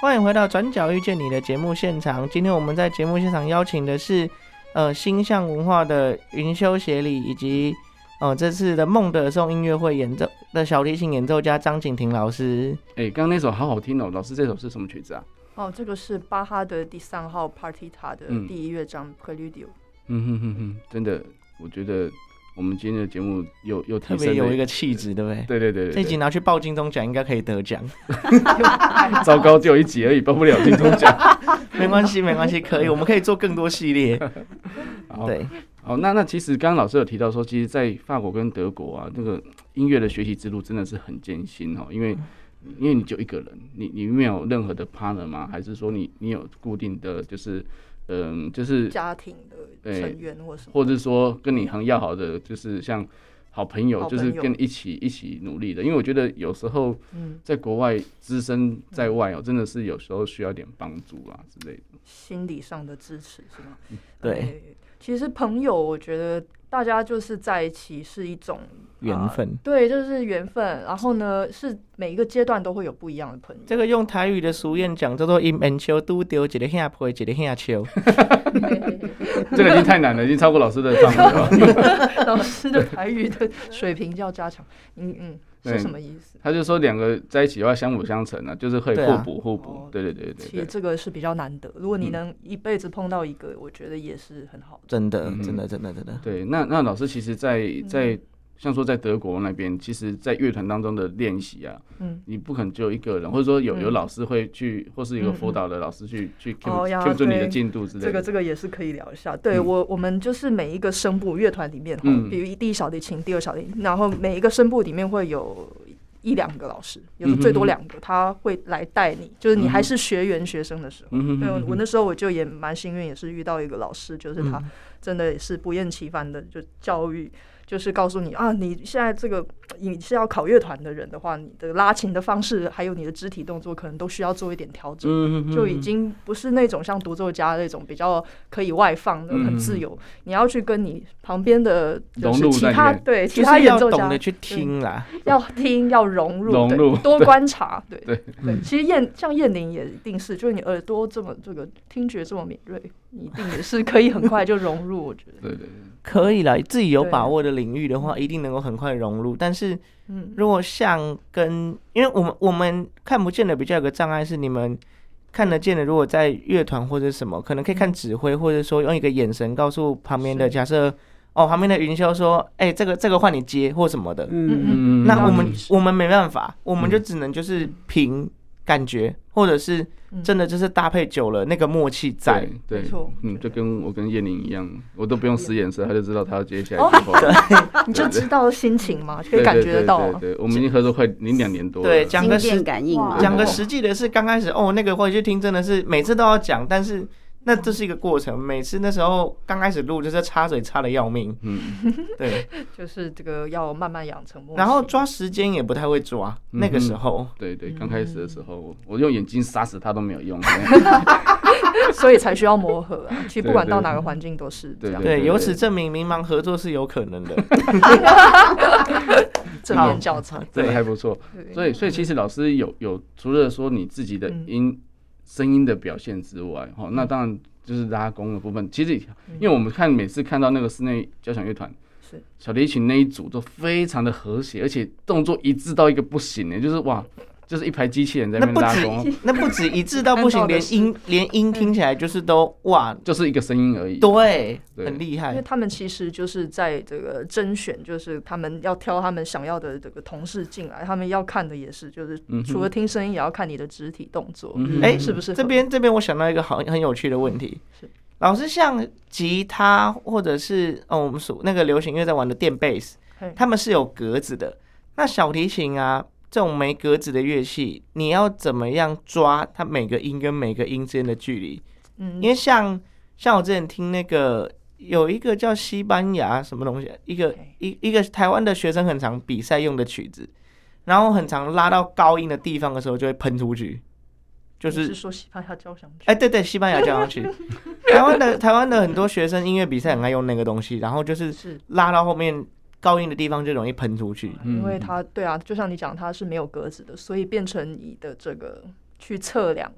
Speaker 6: 欢迎回到《转角遇见你》的节目现场。今天我们在节目现场邀请的是，呃，星象文化的云修协理，以及呃这次的孟德颂音乐会演奏的小提琴演奏家张景婷老师。
Speaker 1: 哎、刚刚那首好好听哦，老师这首是什么曲子啊？
Speaker 4: 哦，这个是巴哈的第三号 Partita 的
Speaker 1: 嗯
Speaker 4: 第一乐章 Preludio，
Speaker 1: 嗯哼哼哼，真的，我觉得我们今天的节目又又
Speaker 6: 特
Speaker 1: 提
Speaker 6: 别
Speaker 1: 升
Speaker 6: 有
Speaker 1: 了
Speaker 6: 一个气质，对不对？
Speaker 1: 对对对
Speaker 6: 这
Speaker 1: 对
Speaker 6: 集
Speaker 1: 对，
Speaker 6: 拿去报金钟奖应该可以得奖，
Speaker 1: 糟糕，只有一集而已，报不了金钟奖。
Speaker 6: 没关系，没关系，可以，我们可以做更多系列。
Speaker 1: 好
Speaker 6: 对，
Speaker 1: 好，那那其实刚刚老师有提到说，其实，在法国跟德国啊，那个音乐的学习之路真的是很艰辛哦，因为因为你就一个人，你你没有任何的 partner 吗？还是说你你有固定的就是嗯、就是
Speaker 4: 家庭的
Speaker 1: 对
Speaker 4: 成员或什么，
Speaker 1: 或者说跟你很要好的，就是像好朋友，
Speaker 4: 好
Speaker 1: 就是
Speaker 4: 朋友
Speaker 1: 跟你一起一起努力的。因为我觉得有时候
Speaker 4: 嗯，
Speaker 1: 在国外资深在外哦，真的是有时候需要点帮助啊之类的。
Speaker 4: 心理上的支持是吗？
Speaker 6: 对，
Speaker 4: 哎，其实朋友，我觉得大家就是在一起是一种呃
Speaker 6: 缘分。
Speaker 4: 对，就是缘分。然后呢，是每一个阶段都会有不一样的朋友。
Speaker 6: 这个用台语的俗谚讲叫做“一门球都丢，一个下坡，一个下球
Speaker 1: 这个已经太难了，已经 超过老师的范围了。
Speaker 4: 老师的台语的水平要加强。嗯嗯，是
Speaker 1: 对
Speaker 4: 什么意思？
Speaker 1: 他就说两个在一起的话相辅相成啊，就是可以
Speaker 2: 对啊
Speaker 1: 互补互补
Speaker 4: 哦。
Speaker 1: 对对对对
Speaker 4: 其实
Speaker 1: 对，
Speaker 4: 这个是比较难得，如果你
Speaker 1: 嗯
Speaker 4: 能一辈子碰到一个，我觉得也是很好的。
Speaker 2: 真的
Speaker 1: 嗯，
Speaker 2: 真的，真的，真的，
Speaker 1: 对。那那老师其实在，在
Speaker 4: 嗯
Speaker 1: 像说在德国那边，其实，在乐团当中的练习啊，
Speaker 4: 嗯，
Speaker 1: 你不可能只有一个人，或者说有有
Speaker 4: 嗯
Speaker 1: 老师会去，或是有个
Speaker 4: 嗯
Speaker 1: 辅导的老师去去 Q
Speaker 4: 哦呀
Speaker 1: Q 住你的
Speaker 4: 对
Speaker 1: 进度之类
Speaker 4: 这个
Speaker 1: 的。
Speaker 4: 这个也是可以聊一下。对、
Speaker 1: 嗯
Speaker 4: 我，我们就是每一个声部乐团里面，
Speaker 1: 嗯
Speaker 4: 嗯、比如第一小提琴、第二小提琴，然后每一个声部里面会有一两个老师，有时
Speaker 1: 嗯
Speaker 4: 候最多
Speaker 1: 哼
Speaker 4: 两个，他会来带你，就是你
Speaker 1: 嗯
Speaker 4: 还
Speaker 1: 哼
Speaker 4: 是学员学生的时候。
Speaker 1: 嗯嗯哼
Speaker 4: 对，我
Speaker 1: 哼
Speaker 4: 我
Speaker 1: 哼
Speaker 4: 那时候我就也蛮幸运，也是遇到一个老师，就是他真的也是不厌其烦的就教育，就是告诉你啊，你现在这个你是要考乐团的人的话，你的拉琴的方式还有你的肢体动作可能都需要做一点调整。
Speaker 1: 嗯哼哼
Speaker 4: 就已经不是那种像独奏家那种比较可以外放的、
Speaker 1: 嗯
Speaker 4: 很自由，你要去跟你旁边的就
Speaker 1: 融
Speaker 4: 是
Speaker 1: 入
Speaker 4: 其
Speaker 1: 在里
Speaker 4: 他
Speaker 1: 面
Speaker 4: 对其
Speaker 2: 就
Speaker 4: 他
Speaker 2: 是
Speaker 4: 演
Speaker 2: 要
Speaker 4: 奏
Speaker 2: 懂
Speaker 4: 家
Speaker 2: 得去听啦。
Speaker 4: 要听要融入，
Speaker 1: 融
Speaker 4: 对
Speaker 1: 入
Speaker 4: 多观察，对
Speaker 1: 对
Speaker 2: 嗯
Speaker 4: 对。其实燕像燕玲也一定是，就是你耳朵这么这个听觉这么敏锐，你一定也是可以很快就融入。我觉得，
Speaker 1: 嗯对对对，
Speaker 2: 可以啦，自己有
Speaker 4: 对
Speaker 2: 把握的领域的话，一定能够很快融入。但是
Speaker 4: 嗯，
Speaker 2: 如果像跟，因为我们我们看不见的比较有个障碍是你们看得见的，如果在乐团或者什么，可能可以看指挥，或者说用一个眼神告诉旁边的，
Speaker 4: 是
Speaker 2: 假设哦旁边的云霄说，哎、这个这个换你接或什么的。
Speaker 3: 嗯，
Speaker 1: 嗯
Speaker 2: 那我
Speaker 4: 了
Speaker 2: 们
Speaker 4: 解
Speaker 2: 我们没办法，我们
Speaker 1: 嗯
Speaker 2: 就只能就是凭感觉，或者是
Speaker 4: 嗯
Speaker 2: 真的就是搭配久了那个默契在。
Speaker 1: 对
Speaker 4: 没
Speaker 1: 对
Speaker 4: 错，
Speaker 1: 嗯，就跟我跟叶玲一样，我都不用使眼色，他就知道他要接下
Speaker 4: 哦
Speaker 1: 来之后，
Speaker 4: 你就知道心情嘛，可
Speaker 1: 对
Speaker 4: 以感
Speaker 1: 对
Speaker 4: 觉得
Speaker 1: 对
Speaker 4: 到
Speaker 1: 对
Speaker 4: 啊。
Speaker 1: 对，我们已经合作快零两年多了。
Speaker 2: 对，讲
Speaker 3: 经
Speaker 2: 个
Speaker 3: 验
Speaker 2: 实
Speaker 3: 感应啊嘛，
Speaker 2: 讲个
Speaker 1: 哦
Speaker 2: 实际的是，刚开始哦，那个回去听真的是每次都要讲，但是那这是一个过程。每次那时候刚开始录就是插嘴插的 要命，
Speaker 1: 嗯，
Speaker 2: 对，
Speaker 4: 就是这个要慢慢养成默契。
Speaker 2: 然后抓时间也不太会抓。
Speaker 1: 嗯哼
Speaker 2: 那个时候，
Speaker 1: 对对，刚开始的时
Speaker 4: 嗯
Speaker 1: 候，我用眼睛杀死他都没有 用。
Speaker 4: 所以才需要磨合啊。其实不管
Speaker 1: 对对
Speaker 4: 到哪个环境都是这样，
Speaker 1: 对
Speaker 2: 对，
Speaker 1: 对
Speaker 2: 由此证明，民盲合作是有可能 的。
Speaker 4: 正面教材。
Speaker 1: 真的还不错，
Speaker 4: 对
Speaker 1: 所以所以其实老师有有除了说你自己的
Speaker 4: 嗯
Speaker 1: 音声音的表现之外，哦，那当然就是拉弓的部分。其实因为我们看每次看到那个室内交响乐团，
Speaker 4: 嗯是
Speaker 1: 小提琴那一组都非常的和谐，而且动作一致到一个不行呢，就是哇，就是一排机器人在
Speaker 2: 那
Speaker 1: 那边
Speaker 2: 不
Speaker 1: 拉弓，
Speaker 2: 止，那不 止一致到不行，
Speaker 4: 看到的
Speaker 2: 连
Speaker 4: 是
Speaker 2: 音连
Speaker 1: 嗯
Speaker 2: 音听起来就是都哇，
Speaker 1: 就是一个声音而已。
Speaker 2: 对，
Speaker 1: 对
Speaker 2: 很厉
Speaker 4: 因
Speaker 2: 害
Speaker 4: 为。他们其实就是在这个甄选，就是他们要挑他们想要的这个同事进来，他们要看的也是，就是
Speaker 1: 嗯哼
Speaker 4: 除了听声音，也要看你的肢体动作，
Speaker 1: 嗯哼
Speaker 2: 哎
Speaker 4: 是不是合？
Speaker 2: 这边这边我想到一个好很有趣的问题
Speaker 4: 是，
Speaker 2: 老师像吉他或者是哦我们所那个流行乐在玩的电贝斯
Speaker 4: 嘿，
Speaker 2: 他们是有格子的。那小提琴啊这种没格子的乐器，你要怎么样抓它每个音跟每个音之间的距离？
Speaker 4: 嗯
Speaker 2: 因为像像我之前听那个有一个叫西班牙什么东西，一个
Speaker 4: 嘿
Speaker 2: 一一个台湾的学生很常比赛用的曲子，然后很常拉到高音的地方的时候就会喷出去，就
Speaker 4: 你
Speaker 2: 是
Speaker 4: 是说西班牙交响曲，
Speaker 2: 哎，对对，西班牙交响曲，台湾 的台湾的很多学生音乐比赛很爱用那个东西，然后就是
Speaker 4: 是
Speaker 2: 拉到后面高音的地方就容易喷出去。
Speaker 1: 嗯
Speaker 4: 因为它对啊，就像你讲，它是没有格子的，所以变成你的这个去测量。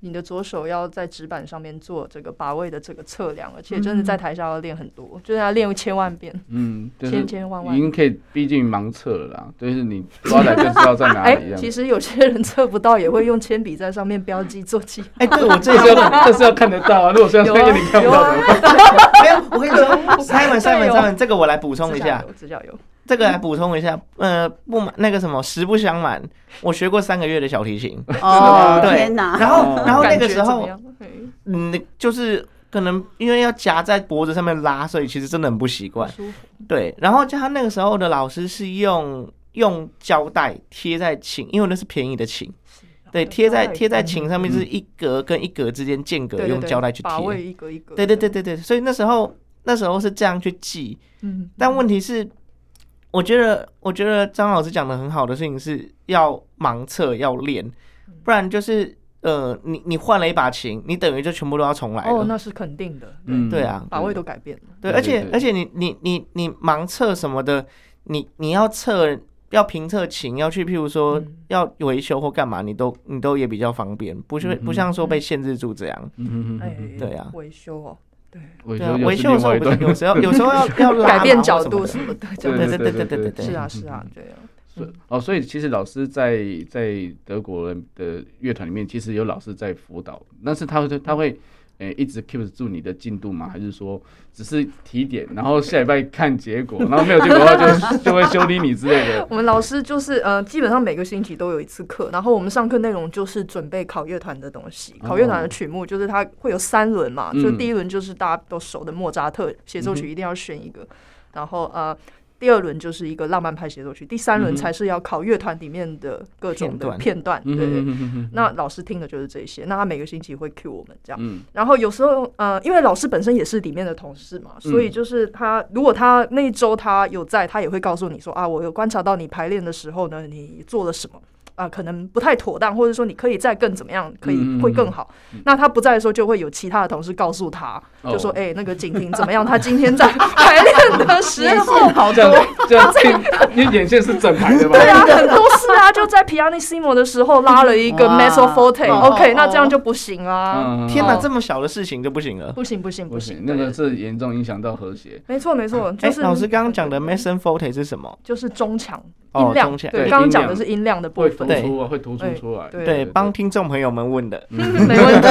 Speaker 4: 你的左手要在指板上面做这个把位的这个测量，而且真的在台下要练很多，就是要练千万遍，
Speaker 1: 嗯，就是
Speaker 4: 千千万
Speaker 1: 已
Speaker 4: 万
Speaker 1: 经可以逼近盲测了啦，就是你抓来就知道在哪
Speaker 4: 哎、
Speaker 1: 里一样。
Speaker 4: 其实有些人测不到，也会用铅笔在上面标记做记号。
Speaker 2: 哎，对我这
Speaker 1: 这是要这是要看得到啊，如果像
Speaker 4: 有
Speaker 1: 这
Speaker 4: 啊
Speaker 1: 个你看不到怎么办？
Speaker 2: 没有，我跟你说，Simon
Speaker 4: 哦
Speaker 2: Simon Simon，这个我来补充一
Speaker 4: 指
Speaker 2: 下
Speaker 4: 甲，油，指甲油，
Speaker 2: 这个来补充一下。呃，不满那个什么，实不相瞒，我学过三个月的小提琴，
Speaker 3: 哦，
Speaker 2: 对
Speaker 3: 天哪，
Speaker 2: 然后
Speaker 1: 哦
Speaker 2: 然后那
Speaker 4: 啊感
Speaker 2: 个时
Speaker 4: 觉怎么
Speaker 2: 候，
Speaker 4: 样？嘿
Speaker 2: 嗯，就是可能因为要夹在脖子上面拉，所以其实真的很不习惯。
Speaker 4: 舒服，
Speaker 2: 对，然后就他那个时候的老师是用用胶带贴在琴，因为那是便宜的琴，
Speaker 4: 哦
Speaker 2: 对，贴
Speaker 4: 嗯
Speaker 2: 在贴在琴上面是一格跟一格之间间隔，
Speaker 4: 对对
Speaker 2: 用
Speaker 4: 对
Speaker 2: 胶带去
Speaker 4: 把位嗯
Speaker 2: 贴。
Speaker 4: 一格一格，
Speaker 2: 对对对，对对，所以那时候那时候是这样去记，
Speaker 4: 嗯，
Speaker 2: 但问题是，我觉得我觉得张老师讲的很好的事情是要盲测要练，
Speaker 4: 嗯
Speaker 2: 不然就是呃，你你换了一把琴，你等于就全部都要重来
Speaker 4: 哦，
Speaker 2: 了。
Speaker 4: 那是肯定的，
Speaker 1: 嗯
Speaker 2: 对啊，
Speaker 4: 把位都改变了，
Speaker 2: 对，
Speaker 1: 对
Speaker 2: 而
Speaker 1: 对
Speaker 2: 且
Speaker 1: 对
Speaker 2: 而且你你你你盲测什么的，你你要测要评测琴，要去譬如说
Speaker 4: 嗯
Speaker 2: 要维修或干嘛，你都你都也比较方便，不是
Speaker 1: 嗯哼
Speaker 2: 不像说被限制住这样。
Speaker 1: 嗯嗯嗯
Speaker 4: 哎
Speaker 1: 嗯，
Speaker 2: 对啊
Speaker 4: 维修哦，对，
Speaker 1: 维
Speaker 2: 对啊
Speaker 1: 修，又
Speaker 2: 维
Speaker 1: 是
Speaker 2: 修的
Speaker 1: 另
Speaker 2: 时候
Speaker 1: 外一
Speaker 2: 不 是
Speaker 1: 段，
Speaker 2: 有时候有时候要要拉
Speaker 4: 改变
Speaker 2: 嘛
Speaker 4: 角
Speaker 2: 或什么的
Speaker 4: 度什么的，这
Speaker 1: 对
Speaker 4: 样
Speaker 2: 对嗯
Speaker 4: 子
Speaker 2: 对对对对对
Speaker 4: 是啊是啊，对啊，
Speaker 1: 所以哦，所以其实老师在在德国人的乐团里面，其实有老师在辅导，但是他会他会诶、呃一直 keep 住你的进度吗？还是说只是提点，然后下礼拜看结果，然后没有结果的话就就会修理你之类的？
Speaker 4: 我们老师就是呃，基本上每个星期都有一次课，然后我们上课内容就是准备考乐团的东西。
Speaker 1: 哦
Speaker 4: 考乐团的曲目就是它会有三轮嘛，
Speaker 1: 嗯
Speaker 4: 就第一轮就是大家都熟的莫扎特协奏曲，一定要选一个，然后呃。第二轮就是一个浪漫派协奏曲，第三
Speaker 1: 嗯哼
Speaker 4: 轮才是要考乐团里面的各种的片
Speaker 2: 片
Speaker 4: 段。对
Speaker 1: 嗯
Speaker 4: 对，
Speaker 1: 嗯嗯
Speaker 4: 那老师听的就是这些，那他每个星期会 cue 我们这样。
Speaker 1: 嗯
Speaker 4: 然后有时候，呃，因为老师本身也是里面的同事嘛，所
Speaker 1: 嗯
Speaker 4: 以就是他，如果他那一周他有在，他也会告诉你说啊，我有观察到你排练的时候呢，你做了什么啊，可能不太妥当，或者说你可以再更怎么样，可
Speaker 1: 嗯嗯嗯
Speaker 4: 以会更好。那他不在的时候，就会有其他的同事告诉他，
Speaker 1: 哦
Speaker 4: 就说哎、那个景婷怎么样？他今天在啊排练的时
Speaker 3: 年
Speaker 4: 候
Speaker 3: 限。好
Speaker 1: 这
Speaker 3: 多，
Speaker 1: 样这样这，你眼线是整排的吗？
Speaker 4: 对啊，很多事啊，就在 pianissimo 的时候拉了一 个
Speaker 3: 哇
Speaker 4: mezzo forte，OK，、
Speaker 3: 哦
Speaker 4: OK，
Speaker 3: 哦
Speaker 4: 那这样就不行啊，
Speaker 1: 嗯，
Speaker 2: 天哪，
Speaker 1: 哪，
Speaker 2: 这么小的事情就不行了。
Speaker 4: 不行不行
Speaker 1: 不
Speaker 4: 不
Speaker 1: 行
Speaker 4: 行，，
Speaker 1: 那
Speaker 4: 对
Speaker 1: 个是严重影响到和谐。
Speaker 4: 没错没错，就
Speaker 2: 哎，
Speaker 4: 是、
Speaker 2: 老师刚刚讲的
Speaker 4: 没
Speaker 2: Mason Forte 是什么？
Speaker 4: 就是中强
Speaker 2: 哦
Speaker 4: 音量，
Speaker 2: 中强
Speaker 4: 对，
Speaker 1: 对
Speaker 4: 刚刚讲
Speaker 1: 音
Speaker 4: 的
Speaker 1: 量
Speaker 4: 是音量的部
Speaker 1: 会突
Speaker 4: 分，
Speaker 2: 对
Speaker 1: 出啊，会突出出来。
Speaker 4: 对
Speaker 2: 对，帮听众朋友们问的。
Speaker 4: 没问题。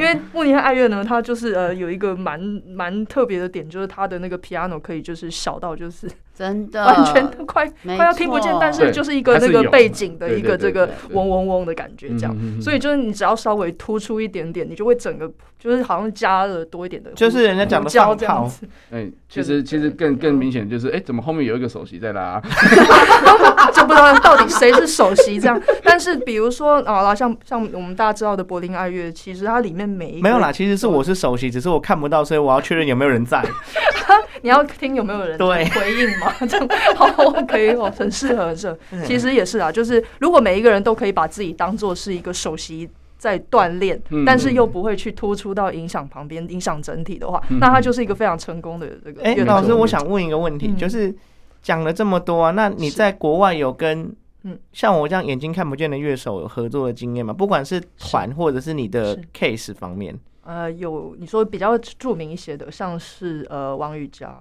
Speaker 4: 因为慕尼黑爱乐呢，它就是呃有一个蛮蛮特别的点，就是它的那个 piano 可以就是小到就是
Speaker 3: 真的
Speaker 4: 完全都快
Speaker 3: 呃没
Speaker 4: 快要听不见
Speaker 3: 错，
Speaker 4: 但
Speaker 1: 对
Speaker 4: 是就是一个
Speaker 1: 还是
Speaker 4: 那个
Speaker 1: 有
Speaker 4: 背景的
Speaker 1: 对
Speaker 4: 一
Speaker 1: 对
Speaker 4: 个
Speaker 1: 对
Speaker 4: 这个
Speaker 1: 对对
Speaker 4: 嗡嗡嗡的感觉这样。
Speaker 1: 嗯嗯嗯
Speaker 4: 所以就是你只要稍微突出一点点，你就会整个就是好像加了多一点的胡，
Speaker 2: 就是人家讲的
Speaker 4: 胡椒
Speaker 2: 放
Speaker 4: 这样
Speaker 2: 炮，
Speaker 4: 子。
Speaker 1: 哎、其实其实更更明显就是，哎、怎么后面有一个首席在拉、啊
Speaker 4: 就不知道到底谁是首席这样。但是比如说啊啦，像像我们大家知道的柏林爱乐，其实它里面每一个
Speaker 2: 没有啦，，其实是我是首席，只是我看不到，所以我要确认有没有人在。
Speaker 4: 你要听有没有人
Speaker 2: 对
Speaker 4: 回应嘛？这样好可以哦，很适合，很适合。其实也是啊，就是如果每一个人都可以把自己当做是一个首席。在锻炼
Speaker 1: 嗯，
Speaker 4: 但是又不会去突出到影响旁边、影响整体的话，
Speaker 1: 嗯
Speaker 4: 那它就是一个非常成功的这个
Speaker 2: 哎、
Speaker 4: 乐团。
Speaker 2: 老师，我想问一个问题，
Speaker 4: 嗯
Speaker 2: 就是讲了这么多啊，那你在国外有跟
Speaker 4: 嗯
Speaker 2: 像我这样眼睛看不见的乐手有合作的经验吗？不管是团或者是你的 case 方面，
Speaker 4: 呃，有你说比较著名一些的，像是呃王宇佳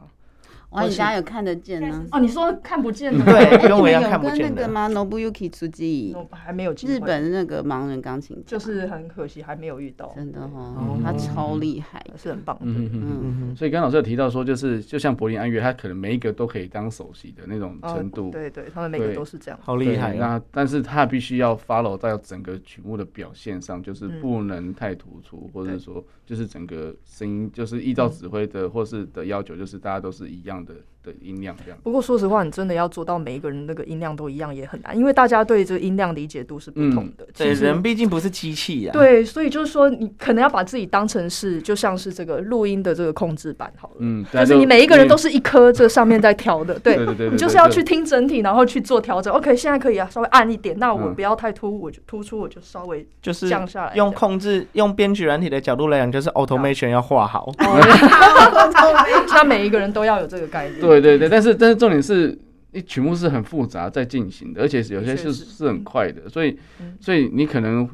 Speaker 3: 我人家有看得见啊呢。
Speaker 4: 哦，你说看不见
Speaker 2: 嗯
Speaker 4: 的
Speaker 2: 对，
Speaker 3: 哎
Speaker 2: 跟我一样
Speaker 3: 你们
Speaker 2: 看不
Speaker 3: 有跟那
Speaker 2: 见
Speaker 3: 个
Speaker 2: 的。
Speaker 3: 吗？Nobuyuki t s u j i
Speaker 4: 我 还没有机会
Speaker 3: 日本那个盲人钢琴家，
Speaker 4: 就是很可惜还没有遇到，
Speaker 3: 真的
Speaker 2: 哦
Speaker 3: 哦，他超厉害的。
Speaker 4: 是很棒的。
Speaker 1: 嗯嗯
Speaker 3: 嗯，
Speaker 2: 嗯
Speaker 1: 所以刚刚老师有提到说，就是就像柏林爱乐，他可能每一个都可以当首席的那种
Speaker 4: 啊
Speaker 1: 程度，
Speaker 4: 对对，他们每个
Speaker 1: 对嗯
Speaker 4: 都是这样
Speaker 2: 哼，。好
Speaker 1: 对
Speaker 2: 厉害啊！
Speaker 1: 那但是他必须要 follow 到整个曲目的表现上，就是
Speaker 4: 嗯
Speaker 1: 不能太突出，或者
Speaker 4: 对嗯
Speaker 1: 说就是整个声音就是依照指挥的或是的要求，就是大家都是一样的的音量这样。
Speaker 4: 不过说实话，你真的要做到每一个人那个音量都一样也很难，因为大家对这个音量理解度是不
Speaker 1: 嗯
Speaker 4: 同的。
Speaker 2: 对，
Speaker 4: 其实
Speaker 2: 人毕竟不是机器呀、啊。，
Speaker 4: 对，所以就是说，你可能要把自己当成是，就像是这个录音的这个控制板好了。
Speaker 1: 嗯，
Speaker 4: 就
Speaker 1: 大家
Speaker 4: 是你每一个人都是一颗这上面在调的，对
Speaker 1: 对对对对
Speaker 4: 你就是
Speaker 1: 对
Speaker 4: 要
Speaker 1: 对
Speaker 4: 去听整体，然后去做调整。OK，现在可以啊，稍微暗一点，那我
Speaker 1: 嗯
Speaker 4: 不要太突兀，我就突出，我就稍微
Speaker 2: 就是
Speaker 4: 降下来
Speaker 2: 用
Speaker 4: 这样
Speaker 2: 控制用编曲软体的角度来讲，就是 automation 要画 好。
Speaker 4: 那哦每一个人都要有这个概念。
Speaker 1: 对对对，但是但是重点是，你曲目是很复杂在进行的，而且有些
Speaker 4: 的确
Speaker 1: 是
Speaker 4: 是
Speaker 1: 是很快的，所以
Speaker 4: 嗯
Speaker 1: 所以你可能，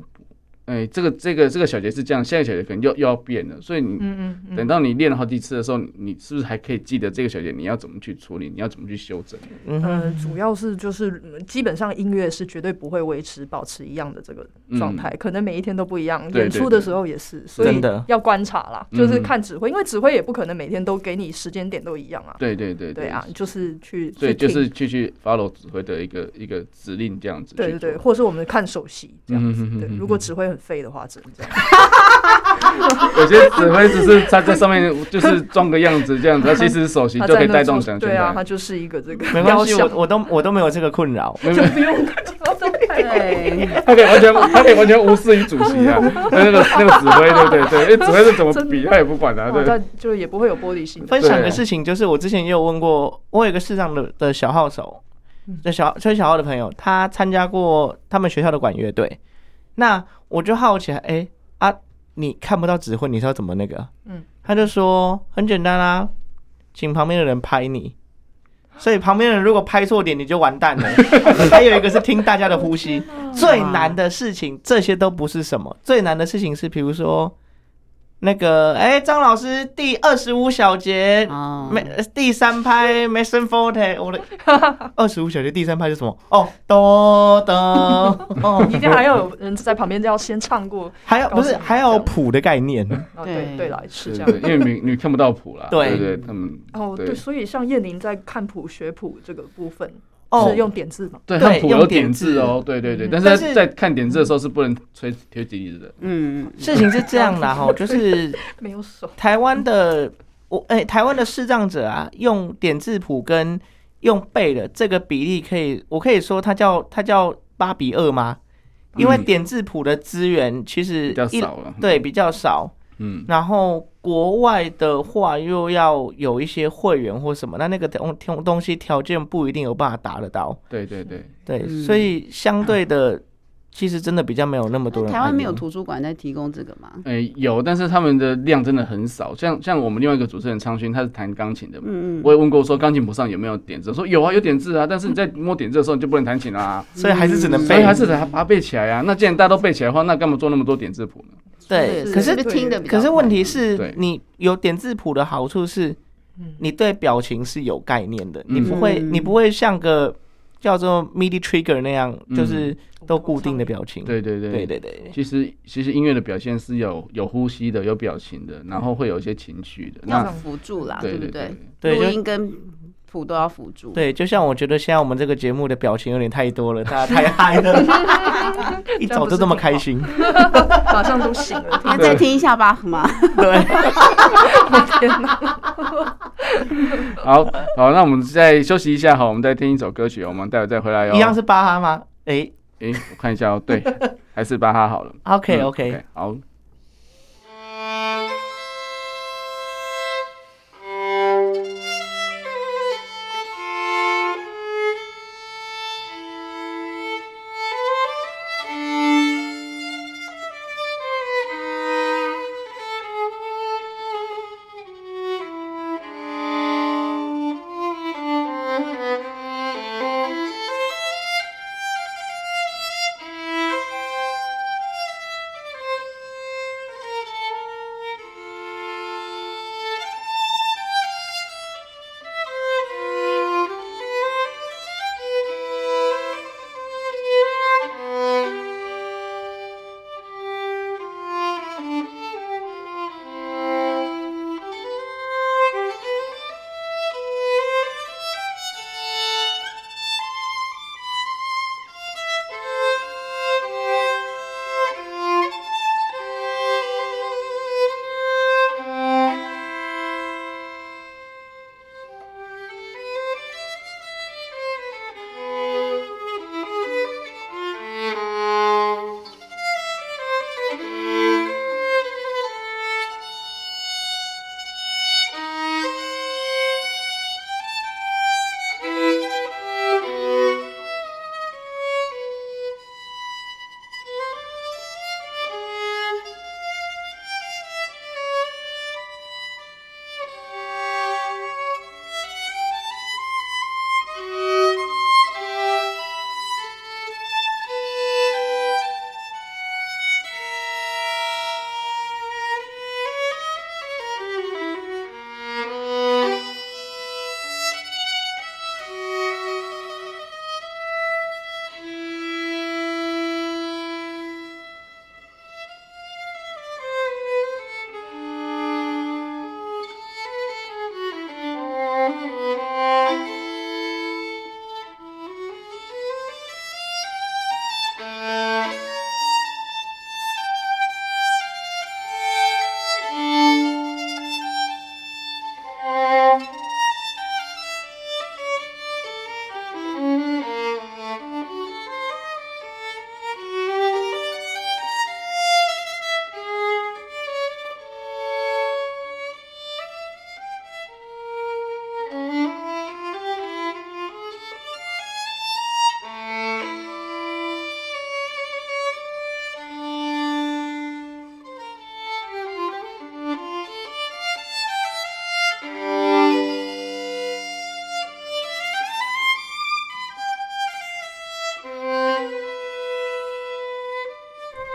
Speaker 1: 哎，这个这个这个小节是这样，下一个小节可能又又要变了，所以你
Speaker 4: 嗯嗯嗯，
Speaker 1: 等到你练了好几次的时候，你你是不是还可以记得这个小节你要怎么去处理，你要怎么去修正？
Speaker 2: 嗯
Speaker 4: 呃，
Speaker 2: 哼，
Speaker 4: 主要是就是嗯基本上音乐是绝对不会维持保持一样的这个
Speaker 1: 嗯
Speaker 4: 状态，可能每一天都不一样，
Speaker 1: 对
Speaker 4: 演
Speaker 1: 对
Speaker 4: 出
Speaker 1: 对
Speaker 4: 的时候也是，所
Speaker 2: 真
Speaker 4: 以
Speaker 2: 的
Speaker 4: 要观察啦，就是
Speaker 1: 嗯
Speaker 4: 看指挥，因为指挥也不可能每天都给你时间点都一样啊。
Speaker 1: 对对对
Speaker 4: 对啊，就是去
Speaker 1: 所以
Speaker 4: 去
Speaker 1: 就
Speaker 4: 听，
Speaker 1: 是去去 follow 指挥的一个一个指令这样子去做。
Speaker 4: 对对对，或是我们看首席这样子。
Speaker 1: 嗯哼哼
Speaker 4: 对
Speaker 1: 哼，
Speaker 4: 如果指挥很废的话，只能这样。
Speaker 1: 有些指挥只是他在上 面就是装个样子这样子，他其实首席
Speaker 4: 他
Speaker 1: 就可
Speaker 4: 在
Speaker 1: 以带
Speaker 4: 那
Speaker 1: 动
Speaker 4: 做，
Speaker 1: 整个
Speaker 4: 对
Speaker 1: 全
Speaker 4: 啊，
Speaker 1: 台
Speaker 4: 他就是一个这个
Speaker 2: 没
Speaker 4: 雕
Speaker 2: 关系，
Speaker 4: 像
Speaker 2: 我，我都我都没有这个困扰。
Speaker 1: 没有没有
Speaker 4: 不用看雕像
Speaker 3: 对，
Speaker 1: 他可以完全，他可以完全无视于主席 啊，那个那个指挥，对对对，因为指挥是怎么比，他也不管啊，
Speaker 4: 哇
Speaker 1: 对
Speaker 4: 那哦就也不会有玻璃心。
Speaker 2: 分享的事情就是，我之前也有问过，我有一个市长的的小号手，这小吹小号的朋友，他参加过他们学校的管乐队。那我就好奇，哎、啊，你看不到指挥，你是要怎么那个？嗯
Speaker 4: 嗯，
Speaker 2: 他就说很简单啊，请旁边的人拍你。所以旁边的人如果拍错点，你就完蛋了。还有一个是听大家的呼吸，最难的事情，这些都不是什么。最难的事情是，比如说那个，哎、张老师第二十五小节
Speaker 5: 哦，
Speaker 1: 嗯
Speaker 2: 没、呃第三拍 Mason Forte，我的 二十五小节第三拍是什么？哦，哆 哆哦，
Speaker 4: 一定还要有人在旁边要先唱过。
Speaker 2: 还有不是还有谱的概念，
Speaker 4: 啊，
Speaker 5: 对
Speaker 4: 对对啦，是这样。
Speaker 1: 对，因为你你看不到谱啦，
Speaker 2: 对
Speaker 1: 对对，他们
Speaker 4: 哦，对，所以像叶宁在看谱学谱这个部分
Speaker 2: 哦
Speaker 4: 是用点字嘛？
Speaker 1: 对，
Speaker 2: 对
Speaker 1: 他们谱
Speaker 2: 用
Speaker 1: 有
Speaker 2: 点嗯
Speaker 1: 点字哦，对对对，但
Speaker 2: 但
Speaker 1: 是
Speaker 2: 是
Speaker 1: 在在看点字的时候是不能吹吹笛子的，
Speaker 3: 嗯，
Speaker 2: 事情是这样的哈，就是
Speaker 4: 没有手，
Speaker 2: 台湾的我哎、台湾的视障者啊，用点字谱跟用背的这个比例，可以我可以说它叫它叫八比二吗？因为
Speaker 1: 嗯
Speaker 2: 点字谱的资源其实
Speaker 1: 比较
Speaker 2: 一
Speaker 1: 少了。啊
Speaker 2: 对比较少，
Speaker 1: 嗯，
Speaker 2: 然后国外的话又要有一些会员或什么，那那个东东东西条件不一定有办法达得到，
Speaker 1: 对对对，
Speaker 2: 对，
Speaker 3: 嗯
Speaker 2: 所以相对的，其实真的比较没有那么多
Speaker 3: 那
Speaker 2: 人。
Speaker 3: 台湾没有，图书馆在提供这个吗？
Speaker 1: 诶、哎有，但是他们的量真的很少。像像我们另外一个主持人昌勋，他是弹钢琴的嘛，
Speaker 3: 嗯嗯，
Speaker 1: 我也问过说钢琴谱上有没有点字，说有啊，有点字啊，但是你在摸点字的时候你就不能弹琴啦、
Speaker 2: 所以还是只能
Speaker 1: 嗯所以
Speaker 2: 背，
Speaker 1: 还是得把它背起来啊。那既然大家都背起来的话，那干嘛做那么多点字谱呢？
Speaker 2: 对，
Speaker 3: 是
Speaker 2: 可是
Speaker 3: 是不是听的，
Speaker 2: 可是问题，是
Speaker 1: 对
Speaker 2: 你有点字谱的好处是，
Speaker 4: 嗯
Speaker 2: 你对表情是有概念的，
Speaker 1: 嗯
Speaker 2: 你不会
Speaker 3: 嗯
Speaker 2: 你不会像个叫做 MIDI trigger 那样，
Speaker 1: 嗯
Speaker 2: 就是都固定的表情。
Speaker 1: 对对对
Speaker 2: 嗯对对对，
Speaker 1: 其实其实音乐的表现是有有呼吸的，有表情
Speaker 2: 嗯
Speaker 1: 的，然后会有一些情绪的。
Speaker 3: 要
Speaker 1: 那
Speaker 3: 辅助啦，
Speaker 1: 对
Speaker 3: 不
Speaker 1: 对
Speaker 3: 对？，
Speaker 2: 对
Speaker 3: 录
Speaker 2: 就
Speaker 3: 音跟谱都要辅助。
Speaker 2: 对，就像我觉得现在我们这个节目的表情有点太多了，大家太嗨了， 一早就这么开心。
Speaker 4: 马上都醒了。
Speaker 3: 那啊再听一下巴赫 吗？
Speaker 2: 对，
Speaker 4: 天哪！
Speaker 1: 好好，那我们再休息一下，好，我们再听一首歌曲，我们待会再回来哦。
Speaker 2: 一样是巴哈吗？哎诶
Speaker 1: 诶、我看一下哦， 对，还是巴哈好了。
Speaker 2: o k
Speaker 1: 嗯
Speaker 2: OK，
Speaker 1: 好。
Speaker 6: Thank you.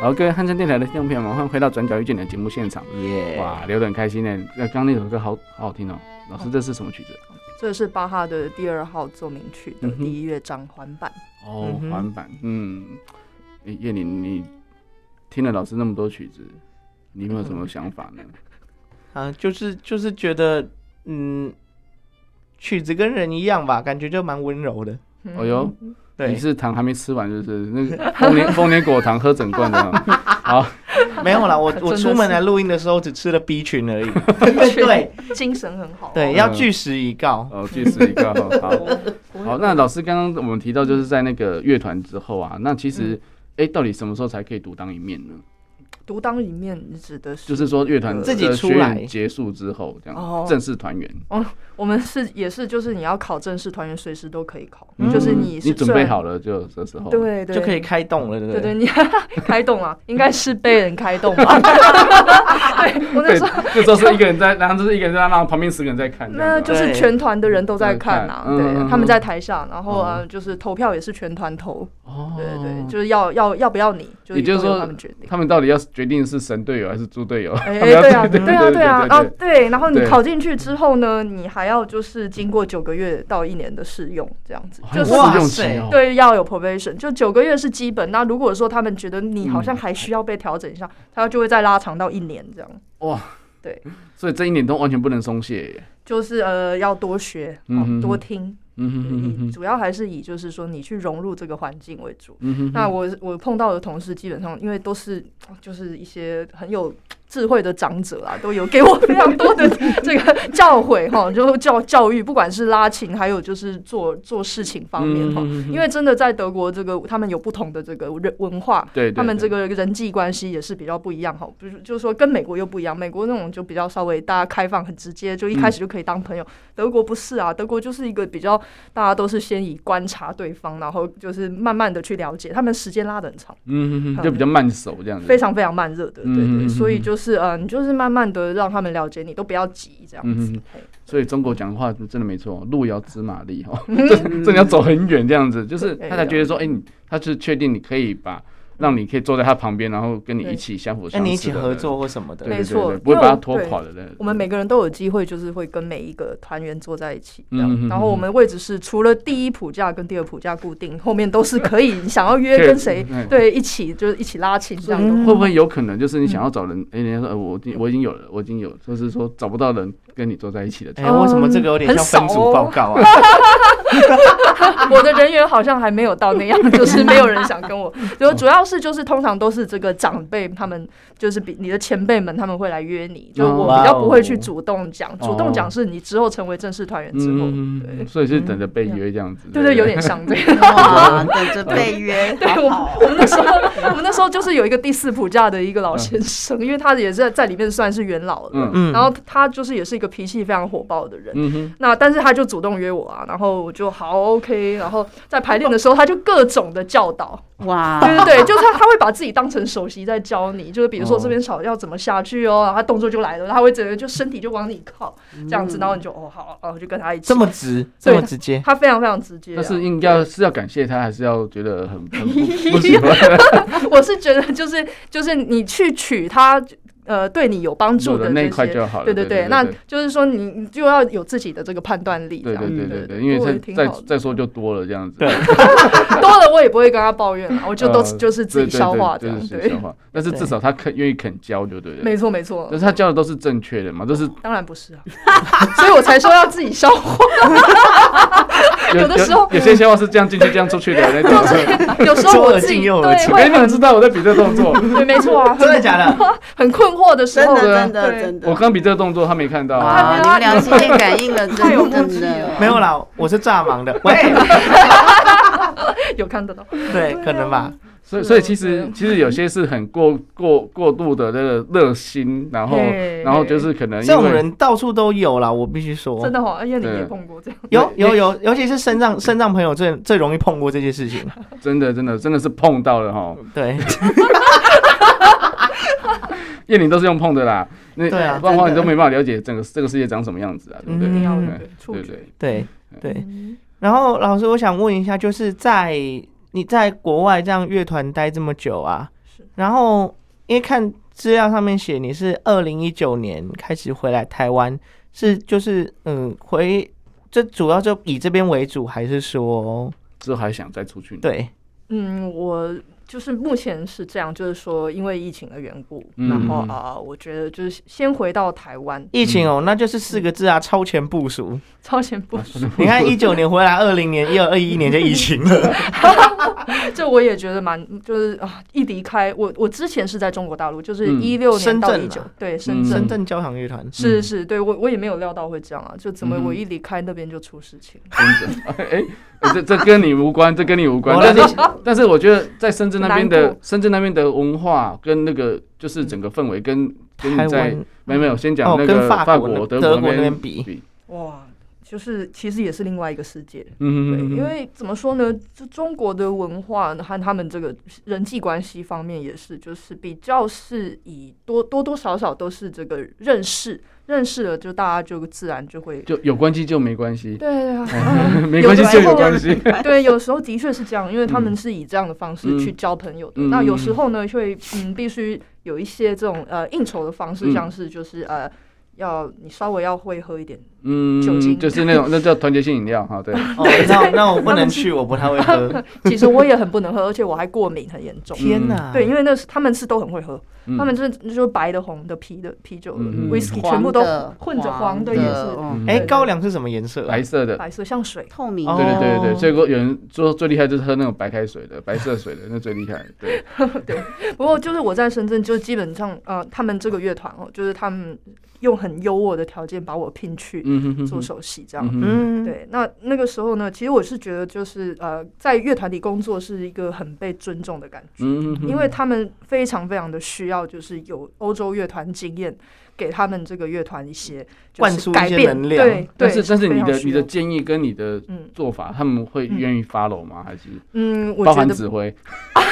Speaker 1: 好，各位汉声电台的听众朋友们，欢迎回到《转角遇见你》的节目现场。
Speaker 2: 耶！
Speaker 1: 哇，聊得很开心呢。那刚刚那首歌好好好听哦，老师这是什么曲子？
Speaker 4: 这是巴哈的第二号奏鸣曲的
Speaker 1: 嗯哼
Speaker 4: 第一乐章环版。
Speaker 1: 哦
Speaker 2: 嗯，哼
Speaker 1: 环板。嗯，诶叶玲，你听了老师那么多曲子，你有没有什么想法 呢？
Speaker 2: 啊，就是就是觉得，嗯，曲子跟人一样吧，感觉就蛮温柔的。
Speaker 1: 哦哟，
Speaker 2: 对
Speaker 1: 你，是糖还没吃完，就是 那个丰年丰年果糖喝整罐的 吗。好，
Speaker 2: 没有啦，我
Speaker 4: 真
Speaker 2: 我
Speaker 4: 的
Speaker 2: 出门
Speaker 4: 是
Speaker 2: 来录音的时候只吃了 B 群而 已。对
Speaker 4: 嗯精神很好。哦
Speaker 2: 对，要据实以告。
Speaker 1: 哦，据实以告。 好，
Speaker 4: 我，
Speaker 1: 好，那老师刚刚我们提到，就是在那个乐团之后啊，那其
Speaker 4: 嗯
Speaker 1: 实，哎、到底什么时候才可以独当一面呢？
Speaker 4: 独当一面指的是，
Speaker 1: 就是说，乐团
Speaker 2: 自己
Speaker 1: 的
Speaker 2: 出
Speaker 1: 学员
Speaker 2: 来
Speaker 1: 结束之后，这样、
Speaker 4: 哦
Speaker 1: 正式团员，
Speaker 4: 我们是也是就是你要考正式团员，随时都可以考，
Speaker 2: 嗯
Speaker 4: 就是你
Speaker 1: 你
Speaker 4: 是
Speaker 1: 准
Speaker 4: 虽
Speaker 1: 备
Speaker 4: 然，
Speaker 1: 好了，就这时候，
Speaker 4: 对对
Speaker 2: 就可以。开动了，对不
Speaker 4: 对
Speaker 2: 对？
Speaker 4: 对，你 开动啊，应该是被人开动吧？对，我那
Speaker 1: 对
Speaker 4: 时候，
Speaker 1: 那时候是一个人在，然后就是一个人在，然后旁边十个人在看，这样
Speaker 4: 那
Speaker 1: 子
Speaker 4: 就是全团的人都在看啊，
Speaker 1: 嗯嗯嗯
Speaker 4: 对，他们在台下，然后啊
Speaker 1: 哦，
Speaker 4: 就是投票也是全团投，
Speaker 1: 哦，
Speaker 4: 对对，就是要要要不要你，就
Speaker 1: 也就是
Speaker 4: 都由
Speaker 1: 说
Speaker 4: 他们决定。
Speaker 1: 他们到底要决定是神队友还是猪队友？
Speaker 4: 哎、
Speaker 1: 他们要
Speaker 4: 对啊，
Speaker 1: 对
Speaker 4: 对啊，对啊，
Speaker 1: 对
Speaker 4: 啊，对，然后你
Speaker 1: 对
Speaker 4: 考进去之后呢，你还要就是经过九个月到一年的试用，这样子，
Speaker 1: 还
Speaker 4: 就
Speaker 1: 有
Speaker 4: 是
Speaker 1: 试
Speaker 2: 哇
Speaker 1: 用期
Speaker 2: 塞
Speaker 1: 哦，
Speaker 4: 对要有 probation，就九个月是基本。那如果说他们觉得你
Speaker 1: 嗯
Speaker 4: 好像还需要被调整一下，他就会再拉长到一年这样。
Speaker 1: 所以这一年都完全不能松懈耶。
Speaker 4: 就是呃，要多学，
Speaker 1: 嗯
Speaker 4: 哦
Speaker 1: 哼
Speaker 4: 多听，
Speaker 1: 嗯哼哼哼
Speaker 4: 以
Speaker 1: 哼，
Speaker 4: 主要还是以就是说你去融入这个环境为主。
Speaker 1: 嗯哼
Speaker 4: 那我我碰到的同事基本上因为都是就是一些很有智慧的长者啊，都有给我非常 多的这个教诲哈，就教教育，不管是拉琴，还有就是做做事情方面哈。
Speaker 1: 嗯
Speaker 4: 因为真的在德国，这个他们有不同的这个人文化，
Speaker 1: 对对
Speaker 4: 他们
Speaker 1: 对
Speaker 4: 这个人际关系也是比较不一样哈。比如就是说跟美国又不一样，美国那种就比较稍微大家开放，很直接，就一开始就可以当朋友。德国不是啊，德国就是一个比较大家都是先以观察对方，然后就是慢慢的去了解，他们时间拉得很长，
Speaker 1: 嗯哼哼，就比较慢手这样子，
Speaker 4: 非常非常慢热的，对对。
Speaker 1: 嗯嗯嗯嗯嗯
Speaker 4: 所以就是呃，你就是慢慢的让他们了解你，都不要急这样子。
Speaker 1: 嗯
Speaker 4: 嘿
Speaker 1: 所以中国讲话真的没错，路遥知马力哈，真的要走很远这样子，就是
Speaker 4: 对
Speaker 1: 他才觉得说，哎，你他是确定你可以把，让你可以坐在他旁边，然后跟你
Speaker 4: 对
Speaker 1: 一起相辅
Speaker 2: 跟
Speaker 1: 相
Speaker 2: 你一
Speaker 1: 成
Speaker 2: 起
Speaker 1: 的
Speaker 2: 合，作或什么
Speaker 1: 对对。
Speaker 2: 的
Speaker 1: 对
Speaker 4: 没错
Speaker 1: 对不会把他拖
Speaker 4: 因为我
Speaker 1: 垮的人。
Speaker 4: 我们每个人都有机会，就是会跟每一个团员坐在一起这样。
Speaker 1: 嗯嗯嗯
Speaker 4: 然后我们位置是除了第一谱架跟第二谱架固定，后面都是可以你想要约跟谁
Speaker 1: 对
Speaker 4: 对一起，就是一起拉琴这样
Speaker 1: 会
Speaker 4: 都。
Speaker 1: 不会有可能就是你
Speaker 4: 嗯
Speaker 1: 想要找人，哎，人家说，呃我已经我已经有了，我已经有，就是说找不到人跟你坐在一起的。
Speaker 2: 哎，为什么这个有点
Speaker 4: 很
Speaker 2: 像分
Speaker 4: 少
Speaker 2: 组
Speaker 4: 哦
Speaker 2: 报告 啊？
Speaker 4: 我的人员好像还没有到那样，就是没有人想跟我。就主要是就是通常都是这个长辈他们，就是比你的前辈们他们会来约你，就我比较不会去主动讲，主动讲是你之后成为正式团员之后，
Speaker 1: 嗯，所以是等着被约这样子。
Speaker 4: 对对，有点像 这样。
Speaker 3: 哇，等着被约，
Speaker 4: 对我
Speaker 3: 好好
Speaker 4: 们我们那时候，我们那时候就是有一个第四普架的一个老先生，因为他也是在里面算是元老了。
Speaker 1: 嗯
Speaker 2: 嗯，
Speaker 4: 然后他就是也是一个脾气非常火爆的人，
Speaker 1: 嗯哼，
Speaker 4: 那但是他就主动约我啊，然后我就好 OK，然后在排练的时候他就各种的教 导，对
Speaker 3: 哇，
Speaker 4: 对对，就是他他会把自己当成首席在教你，就是比如说
Speaker 1: 哦
Speaker 4: 这边少要怎么下去哦，然后他动作就来了，他会整个就身体就往你靠
Speaker 1: 嗯
Speaker 4: 这样子，然后你就哦好，然后就跟他一起
Speaker 2: 这，么直，这么直接，
Speaker 4: 他非常非常直接啊，
Speaker 1: 但是应该是要感谢他，还是要觉得很很不 不喜欢？
Speaker 4: 我是觉得就是就是你去取他呃对你有帮助
Speaker 1: 做
Speaker 4: 的
Speaker 1: 的那一
Speaker 4: 这
Speaker 1: 块
Speaker 4: 些。
Speaker 1: 就好了。
Speaker 4: 对
Speaker 1: 对
Speaker 4: 对，那就是说你你就要有自己的这个判断力，
Speaker 1: 对
Speaker 4: 这样
Speaker 1: 对对对
Speaker 4: 嗯对
Speaker 1: 对，因为
Speaker 4: 我也
Speaker 1: 再
Speaker 4: 挺
Speaker 1: 再
Speaker 4: 好的嗯
Speaker 1: 再说就多了这样子，
Speaker 2: 对
Speaker 4: 多了我也不会跟他抱怨了，我就都
Speaker 1: 呃
Speaker 4: 就是自
Speaker 1: 对
Speaker 4: 己
Speaker 1: 对
Speaker 4: 消化这
Speaker 1: 对
Speaker 4: 样，
Speaker 1: 就是消
Speaker 4: 对，
Speaker 1: 化。但是至少他肯愿意肯教，就对了。
Speaker 4: 没错没错
Speaker 1: 但，是他教的都是正确的嘛，都是
Speaker 4: 当然不 是啊，所以我才说要自己消化，
Speaker 1: 有
Speaker 4: 有的时候
Speaker 1: 有有些笑话是这样进去这样出去的那种。
Speaker 4: 有时候
Speaker 2: 左
Speaker 4: 我
Speaker 2: 耳
Speaker 4: 自己
Speaker 2: 进
Speaker 4: 对
Speaker 2: 右耳 出
Speaker 1: 没
Speaker 4: 会
Speaker 1: 人
Speaker 4: 很
Speaker 1: 知道我在比这个动作，
Speaker 4: 对没 错啊，
Speaker 2: 真的假 的？
Speaker 4: 很困惑的时
Speaker 3: 真
Speaker 4: 候
Speaker 3: 的
Speaker 1: 对啊
Speaker 3: 真的
Speaker 4: 对
Speaker 3: 真的
Speaker 1: 我，刚比这个动作他没看到啊。
Speaker 3: 哇，你们俩心电感应了，
Speaker 4: 太有
Speaker 3: 真
Speaker 4: 默契
Speaker 3: 的
Speaker 4: 了
Speaker 2: 没有哦啦，我是炸盲 的。喂，
Speaker 4: 有看得到，
Speaker 2: 对，可能吧。
Speaker 1: 所以
Speaker 4: 是
Speaker 1: 所以
Speaker 4: 啊
Speaker 1: 其
Speaker 4: 对
Speaker 1: 实
Speaker 4: 啊
Speaker 1: 其实有些是很过过过度的那个热心，然后
Speaker 4: 嘿
Speaker 1: 然后就是可能
Speaker 2: 这
Speaker 1: 因
Speaker 2: 种
Speaker 1: 为
Speaker 2: 人到处都有啦，我必须说
Speaker 4: 真。的好，因为你
Speaker 1: 对
Speaker 4: 也碰过这样，
Speaker 2: 有有有，尤其是身障身障朋友最最容易碰过这些事 情。
Speaker 1: 真的真的真的是碰到了哈。
Speaker 2: 对，
Speaker 1: 叶玲都是用碰的啦，那
Speaker 2: 对啊
Speaker 1: 不然的话你
Speaker 2: 真的
Speaker 1: 都没办法了解整个这个世界长什么样子啊，对不对？
Speaker 4: 一定要有
Speaker 1: 对
Speaker 4: 嗯对触
Speaker 1: 对
Speaker 4: 觉嗯
Speaker 1: 对，
Speaker 2: 对对。然后老师，我想问一下，就是在你在国外这样乐团待这么久啊，
Speaker 4: 是
Speaker 2: 然后因为看资料上面写你是二零一九年开始回来台湾，是就是嗯回这主要就以这边为主，还是说
Speaker 1: 之后还想再出去呢，
Speaker 2: 对
Speaker 4: 嗯，我就是目前是这样，就是说因为疫情的缘故，
Speaker 1: 嗯
Speaker 4: 然后啊、我觉得就是先回到台湾，
Speaker 2: 疫情
Speaker 1: 嗯
Speaker 2: 哦？那就是四个字啊，超前部署。
Speaker 4: 超前部署。
Speaker 2: 你看一九年回来，二零年、一二、二一年就疫情了。
Speaker 4: 这我也觉得蛮，就是啊，一离开我，我之前是在中国大陆，就是
Speaker 1: 嗯
Speaker 4: 一六年
Speaker 2: 深
Speaker 4: 到
Speaker 2: 圳
Speaker 4: 一九、
Speaker 2: 啊
Speaker 4: 对，深圳。
Speaker 2: 深圳交响乐团，嗯
Speaker 4: 是是，对我我也没有料到会这样啊！就怎
Speaker 1: 嗯
Speaker 4: 么
Speaker 1: 哼
Speaker 4: 我一离开那边就出事情，
Speaker 1: 真的， 哎、哎这这跟你无关，这跟你无关。
Speaker 2: 好了
Speaker 1: 但是但是我觉得在深圳那边
Speaker 4: 难
Speaker 1: 的
Speaker 4: 过
Speaker 1: 深圳那边的文化跟那个就是整个氛围跟跟
Speaker 2: 台
Speaker 1: 你在
Speaker 2: 湾
Speaker 1: 没
Speaker 4: 嗯
Speaker 1: 有没有先讲
Speaker 2: 哦，
Speaker 1: 那
Speaker 2: 跟
Speaker 1: 个
Speaker 2: 法
Speaker 1: 法
Speaker 2: 国那、
Speaker 1: 国、
Speaker 2: 德
Speaker 1: 国
Speaker 2: 国那
Speaker 1: 边
Speaker 2: 边，比，
Speaker 4: 哇，就是其实也是另外一个世界。对，
Speaker 1: 嗯，
Speaker 4: 因为怎么说呢，就中国的文化和他们这个人际关系方面也是，就是比较是以多多多少少都是这个认识，认识了就大家就自然就会。
Speaker 1: 就有关系就没关系，哦
Speaker 4: 对啊， 嗯
Speaker 1: 没关系就有关
Speaker 4: 时
Speaker 1: 系。
Speaker 4: 候 对，有时候的确是这样，因为他们是以这样的方式
Speaker 1: 嗯
Speaker 4: 去交朋友的。
Speaker 1: 嗯
Speaker 4: 那有时候呢，会嗯，必须有一些这种呃应酬的方式，
Speaker 1: 嗯
Speaker 4: 像是就是呃，要你稍微要会喝一点
Speaker 1: 嗯
Speaker 4: 酒精，
Speaker 1: 就是那种那叫团结性饮料哈， 对，
Speaker 2: 哦，那那我不能去，我不太会 喝。
Speaker 4: 其实我也很不能喝，而且我还过敏很严重。
Speaker 2: 天哪！
Speaker 4: 对，因为那是他们是都很会喝，
Speaker 1: 嗯
Speaker 4: 他们就是就是白的、红的、啤的、啤酒、
Speaker 1: 嗯
Speaker 4: whisky
Speaker 3: 黄
Speaker 4: 全部都
Speaker 3: 的
Speaker 4: 混着
Speaker 3: 黄
Speaker 4: 黄
Speaker 3: 的
Speaker 4: 的
Speaker 3: 嗯
Speaker 4: 也是
Speaker 1: 嗯
Speaker 2: 哎，
Speaker 4: 对
Speaker 2: 高粱是什么颜色啊？
Speaker 1: 白色的，
Speaker 4: 白色，像水。
Speaker 3: 透明
Speaker 2: 哦
Speaker 1: 对对对对对，所以说有人说最厉害就是喝那种白开水的、白色水的，那最厉害。 对，
Speaker 4: 不过就是我在深圳，就基本上呃，他们这个乐团哦，就是他们用很优渥的条件把我聘去
Speaker 1: 嗯哼哼哼，
Speaker 4: 做首席这样。
Speaker 1: 嗯哼，
Speaker 2: 嗯，，
Speaker 4: 对，那那个时候呢，其实我是觉得就是呃，在乐团里工作是一个很被尊重的感觉。
Speaker 1: 嗯哼哼
Speaker 4: 因为他们非常非常的需要，就是有欧洲乐团经验，给他们这个乐团一些
Speaker 2: 灌
Speaker 4: 就是
Speaker 2: 输一
Speaker 4: 改
Speaker 2: 些
Speaker 4: 变
Speaker 2: 能量
Speaker 4: 对，
Speaker 1: 但
Speaker 4: 对
Speaker 1: 是但是
Speaker 4: 非
Speaker 1: 你
Speaker 4: 常
Speaker 1: 的
Speaker 4: 需
Speaker 1: 你的
Speaker 4: 要
Speaker 1: 建议跟你的
Speaker 4: 嗯
Speaker 1: 做法，他们会愿意 follow 吗？还是
Speaker 4: 嗯，我
Speaker 1: 包
Speaker 4: 觉
Speaker 1: 含
Speaker 4: 得
Speaker 1: 指挥？这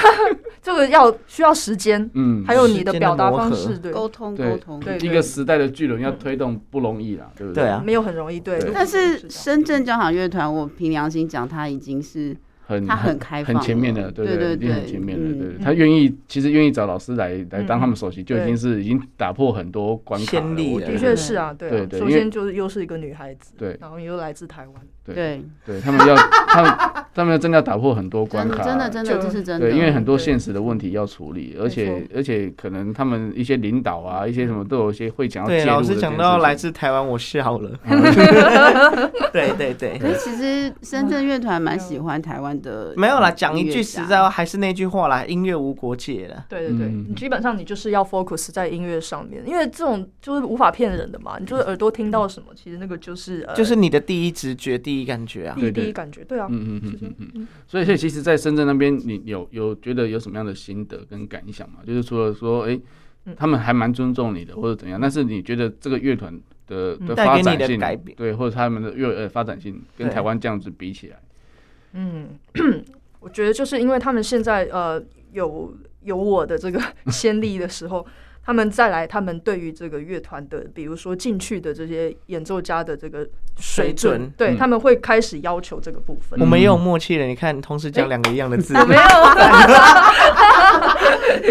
Speaker 4: 这个要需要时间，
Speaker 1: 嗯，
Speaker 4: 还有你的表达方
Speaker 2: 时
Speaker 4: 式，对，
Speaker 3: 沟通
Speaker 1: 对
Speaker 3: 沟通。
Speaker 4: 对
Speaker 1: 一个时代的巨轮要推动不容易啦，对不
Speaker 2: 对啊
Speaker 4: 没有很容易，对
Speaker 1: 对。
Speaker 4: 如果
Speaker 3: 但
Speaker 4: 知
Speaker 3: 是
Speaker 4: 道
Speaker 3: 深圳交响乐团，我凭良心讲，它已经是
Speaker 1: 很
Speaker 3: 它很开放
Speaker 1: 很
Speaker 3: 了，
Speaker 1: 前面的，对
Speaker 3: 对
Speaker 1: 对，
Speaker 3: 对
Speaker 1: 一定很前面的，
Speaker 3: 嗯
Speaker 1: 对对，
Speaker 4: 嗯
Speaker 1: 他愿意，其实愿意找老师来来当他们首席，就已
Speaker 4: 对
Speaker 1: 经是已经打破很多关卡
Speaker 2: 先
Speaker 1: 了。
Speaker 2: 例
Speaker 1: 我
Speaker 2: 了
Speaker 1: 觉
Speaker 4: 的
Speaker 1: 得
Speaker 4: 确是啊，对
Speaker 1: 对
Speaker 4: 啊。
Speaker 1: 对
Speaker 4: 首
Speaker 1: 因为
Speaker 4: 先就是又是一个女孩子，
Speaker 1: 对
Speaker 4: 然后又来自台湾，
Speaker 1: 对
Speaker 3: 对，
Speaker 1: 对他们要他们他们真的要打破很多关
Speaker 3: 真
Speaker 1: 卡，
Speaker 3: 的真的真的
Speaker 4: 就
Speaker 3: 这是真的，
Speaker 1: 对，因为很多
Speaker 4: 对
Speaker 1: 现实的问题要处理，而且而且可能他们一些领导啊，一些什么都有一些会讲要介
Speaker 2: 对，
Speaker 1: 入的
Speaker 2: 老
Speaker 1: 这件
Speaker 2: 师
Speaker 1: 事
Speaker 2: 讲到
Speaker 1: 情哦
Speaker 2: 来自台湾，我 笑了。 对对对，
Speaker 3: 可是其实深圳乐团蛮喜欢台湾的，
Speaker 2: 没有啦，讲一句实在话，还是那句话啦，音乐无国界了。
Speaker 4: 对对对，
Speaker 1: 嗯
Speaker 4: 你基本上你就是要 focus 在音乐上面，因为这种就是无法骗人的嘛，你就是耳朵听到什么，其实那个就是呃
Speaker 2: 就是你的第一直觉、第一感觉啊。
Speaker 4: 第
Speaker 1: 对
Speaker 4: 一
Speaker 1: 对
Speaker 4: 第一感觉，对啊，
Speaker 1: 嗯嗯
Speaker 4: 是
Speaker 1: 嗯
Speaker 4: 这
Speaker 1: 嗯
Speaker 4: 样
Speaker 1: 嗯嗯。所以，所以其实，在深圳那边，你有有觉得有什么样的心得跟感想吗？就是除了说，哎、
Speaker 4: 嗯
Speaker 1: 他们还蛮尊重你的，或者怎样，但是你觉得这个乐团的的
Speaker 4: 嗯
Speaker 2: 带
Speaker 1: 发
Speaker 2: 给你
Speaker 1: 展
Speaker 2: 的
Speaker 1: 性
Speaker 2: 改变，
Speaker 1: 对，或者他们的乐呃发展性跟
Speaker 2: 对
Speaker 1: 台湾这样子比起来，
Speaker 4: 嗯， 我觉得就是因为他们现在呃有有我的这个先例的时候，他们再来，他们对于这个乐团的，比如说进去的这些演奏家的这个水
Speaker 2: 水
Speaker 4: 准，
Speaker 2: 准
Speaker 4: 对、
Speaker 1: 嗯
Speaker 4: 他们会开始要求这个部分。
Speaker 2: 我们也有默契了。你看，同时讲两个一样的字，
Speaker 4: 哎没有，啊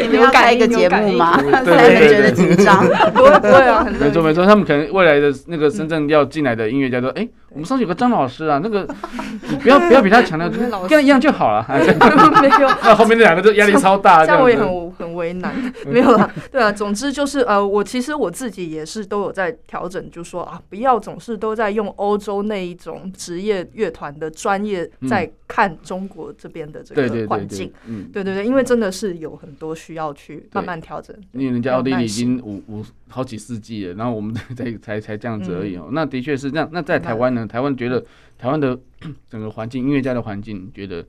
Speaker 3: 你们要开一个节目吗？ 让你们觉得紧张，
Speaker 4: 不会不会啊，很
Speaker 1: 没错没
Speaker 4: 错。
Speaker 1: 错，他们可能未来的那个深圳要进来的音乐家说，哎、
Speaker 4: 嗯
Speaker 1: 我们上次有个张老师啊，那 个你不要不要比他强了，
Speaker 4: 们老师
Speaker 1: 跟他一样就好了。哎
Speaker 4: 没有，
Speaker 1: 那后面那两个就压力超 大，
Speaker 4: 这样我也
Speaker 1: 子
Speaker 4: 很很为难， 没有啦，对啊，总之就是呃，我其实我自己也是都有在调整，就说啊，不要总是都在用欧洲那一种职业乐团的专业
Speaker 1: 嗯
Speaker 4: 在看中国这边的这
Speaker 1: 对对
Speaker 4: 个
Speaker 1: 对
Speaker 4: 环
Speaker 1: 对
Speaker 4: 境，，
Speaker 1: 嗯。
Speaker 4: 对对对，因为真的是有很多需要去慢慢调整，
Speaker 1: 因为人家奥地
Speaker 4: 要
Speaker 1: 利
Speaker 4: 耐
Speaker 1: 已
Speaker 4: 心
Speaker 1: 经五五好几世纪了，然后我们 才才才这样子而
Speaker 2: 嗯
Speaker 1: 已哦、那的确是这样。那在台湾呢？台湾觉得台湾的 整个环境，音乐家的环境，觉得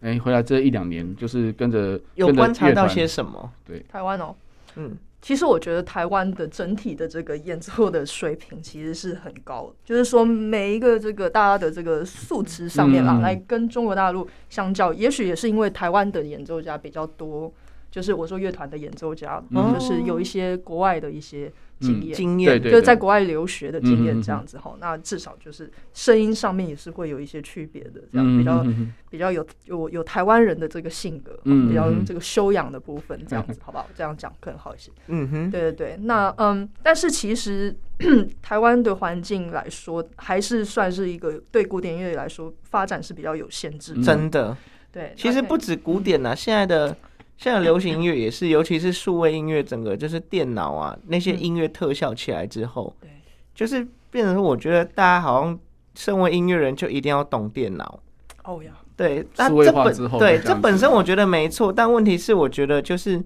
Speaker 1: 哎、回来这一两年就是跟着
Speaker 2: 有
Speaker 1: 跟着
Speaker 2: 观察
Speaker 1: 乐
Speaker 2: 到
Speaker 1: 团
Speaker 2: 些什么？
Speaker 4: 台湾哦。
Speaker 2: 嗯，
Speaker 4: 其实我觉得台湾的整体的这个演奏的水平其实是很高的，就是说每一个这个大家的这个素质上面啦，
Speaker 1: 嗯
Speaker 4: 来跟中国大陆相较，也许也是因为台湾的演奏家比较多，就是我说乐团的演奏家，
Speaker 1: 嗯
Speaker 4: 就是有一些国外的一些经验，
Speaker 2: 经
Speaker 1: 对
Speaker 2: 验，
Speaker 1: 对，
Speaker 4: 就是
Speaker 1: 对
Speaker 4: 在国外留学的经验
Speaker 1: 嗯嗯嗯
Speaker 4: 这样子哈。那至少就是声音上面也是会有一些区别的，
Speaker 2: 啊
Speaker 4: 这样
Speaker 1: 嗯
Speaker 4: 比较
Speaker 1: 嗯嗯嗯
Speaker 4: 比较有有有台湾人的这个性格，
Speaker 1: 嗯
Speaker 4: 比较
Speaker 1: 嗯嗯
Speaker 4: 这个修养的部分，这样子好不好？这样讲更好一些。
Speaker 2: 嗯哼，
Speaker 4: 对对对，那嗯，但是其实 台湾的环境来说，还是算是一个对古典乐来说发展是比较有限制的。
Speaker 2: 真的，
Speaker 4: 对，
Speaker 2: 嗯其实不止古典啊，现在的现在流行音乐也是，尤其是数位音乐，整个就是电脑啊那些音乐特效起来之后，
Speaker 4: 嗯对
Speaker 2: 就是变成我觉得大家好像身为音乐人就一定要懂电脑。
Speaker 4: 哦呀，
Speaker 2: 对，那
Speaker 1: 数位
Speaker 2: 这
Speaker 1: 化
Speaker 2: 本
Speaker 1: 之后
Speaker 2: 对
Speaker 1: 这
Speaker 2: 这
Speaker 1: 样
Speaker 2: 本
Speaker 1: 子
Speaker 2: 身我觉得没错，但问题是我觉得就是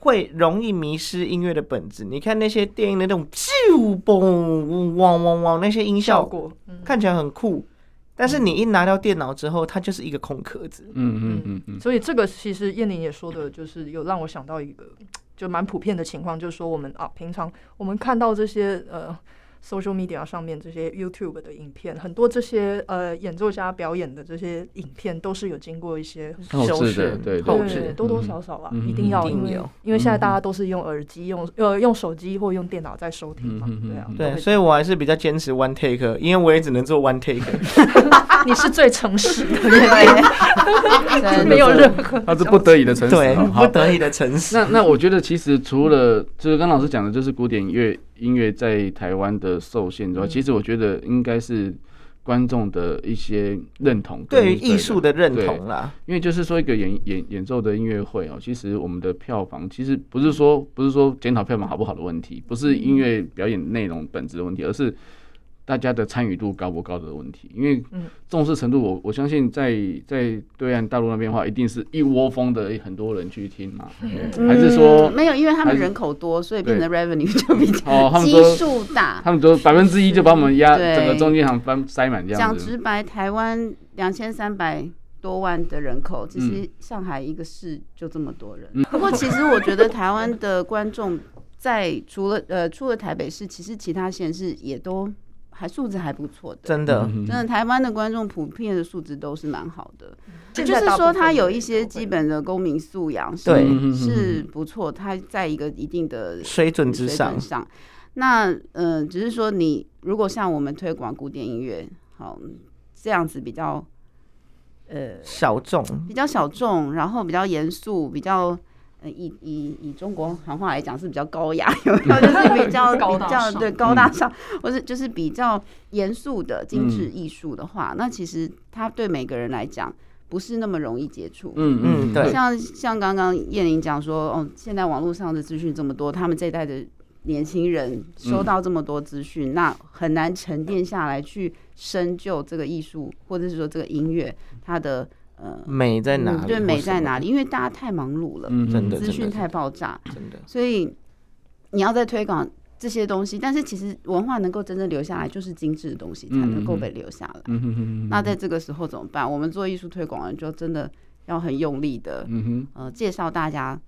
Speaker 2: 会容易迷失音乐的本质。你看那些电影那种啾嘣汪汪汪那些音效
Speaker 4: 效果，嗯
Speaker 2: 看起来很酷，但是你一拿到电脑之后，它就是一个空壳子。
Speaker 1: 嗯嗯嗯嗯，
Speaker 4: 所以这个其实燕玲也说的，就是有让我想到一个就蛮普遍的情况，就是说我们啊，平常我们看到这些呃 social media 上面这些 YouTube 的影片，很多这些呃演奏家表演的这些影片，都是有经过一些
Speaker 1: 后置哦
Speaker 2: 修
Speaker 1: 的
Speaker 2: 饰
Speaker 1: 对
Speaker 2: 后
Speaker 1: 后
Speaker 4: 对
Speaker 2: 置
Speaker 4: 多多少少啦，
Speaker 1: 嗯
Speaker 4: 一定要
Speaker 2: 一定
Speaker 4: 因为
Speaker 2: 有
Speaker 4: 因为现在大家都是用耳机、用呃用手机或用电脑在收听嘛
Speaker 1: 嗯嗯，嗯
Speaker 4: 对啊
Speaker 1: 嗯，
Speaker 4: 都
Speaker 2: 对，
Speaker 4: 会
Speaker 2: 所以我还是比较坚持 one take，因为我也只能做 one take。
Speaker 4: 啊你是最诚实 的，
Speaker 3: 对， 真
Speaker 4: 没有
Speaker 3: 的
Speaker 4: 任何
Speaker 1: 他是不得已的诚实
Speaker 2: 对
Speaker 1: 哦，，
Speaker 2: 不
Speaker 1: 好。
Speaker 2: 得已的诚实。
Speaker 1: 那那我觉得其实除了就是刚老师讲的，就是古典乐音乐在台湾的受限
Speaker 2: 嗯
Speaker 1: 之外，其实我觉得应该是观众的一些认同跟
Speaker 2: 对于艺术的认同啦，
Speaker 1: 因为就是说一个演演演奏的音乐会哦，其实我们的票房其实不是说不是说检讨票房好不好的问题，不是音乐
Speaker 2: 嗯
Speaker 1: 表演内容本质的问题，而是大家的参与度高不高的问题。因为
Speaker 4: 嗯
Speaker 1: 重视程度我，我相信在在对岸大陆那边的话，一定是一窝蜂的很多人去听嘛，还是说
Speaker 3: 嗯没有，因为他们
Speaker 1: 还是
Speaker 3: 人口多，所以变成 revenue 就比较
Speaker 1: 哦他们
Speaker 3: 基
Speaker 1: 都
Speaker 3: 数大。
Speaker 1: 他们都百分之一就把我们压
Speaker 3: 对
Speaker 1: 整个中间行翻塞满这样
Speaker 3: 讲
Speaker 1: 子，
Speaker 3: 直白，台湾两千三百多万的人口，其
Speaker 1: 嗯
Speaker 3: 实上海一个市就这么多人。不过，其实我觉得台湾的观众在除了呃除了台北市，其实其他县市也都还素质还不错的。
Speaker 2: 真的，
Speaker 1: 嗯
Speaker 3: 真的，台湾的观众普遍的素质都是蛮好的，
Speaker 4: 现
Speaker 3: 就
Speaker 4: 在
Speaker 3: 是
Speaker 4: 大部
Speaker 3: 说
Speaker 4: 分
Speaker 3: 他
Speaker 4: 的
Speaker 3: 有
Speaker 4: 人
Speaker 3: 一些
Speaker 4: 都
Speaker 3: 基
Speaker 4: 会
Speaker 3: 本的公民素养是
Speaker 2: 对
Speaker 1: 嗯
Speaker 3: 是不错，他在一个一定的
Speaker 2: 水准之
Speaker 3: 水
Speaker 2: 上
Speaker 3: 准，上。那嗯、呃只是说你如果像我们推广古典音乐，好这样子比较呃
Speaker 2: 小众
Speaker 3: 比较小众，然后比较严肃，比较。呃，以以以中国行话来讲是比较高雅， 有没有？就是比较
Speaker 4: 高
Speaker 3: 比
Speaker 4: 大
Speaker 3: 较
Speaker 4: 上
Speaker 3: 对高大上，或是就是比较严肃的精致艺术的话，那其实它对每个人来讲不是那么容易接触。
Speaker 1: 嗯嗯
Speaker 2: 嗯对
Speaker 3: 像像刚刚燕玲讲说，哦，现在网络上的资讯这么多，他们这一代的年轻人收
Speaker 2: 嗯
Speaker 3: 到这么多资讯，那很难沉淀下来去深究这个艺术，或者是说这个音乐它的呃
Speaker 2: 美在哪里？
Speaker 3: 嗯对美在哪？里，因为大家太忙碌了，
Speaker 1: 嗯
Speaker 2: 真的
Speaker 3: 资讯太爆炸，
Speaker 2: 真的，
Speaker 3: 所以你要在推广。这些东西，但是其实文化能够真正留下来，就是精致的东西才
Speaker 2: 嗯
Speaker 3: 能够被留下来。
Speaker 1: 嗯哼哼
Speaker 3: 那在这个时候怎么办？我们做艺术推广人就真的要很用力的，
Speaker 1: 嗯哼
Speaker 3: 呃介绍大家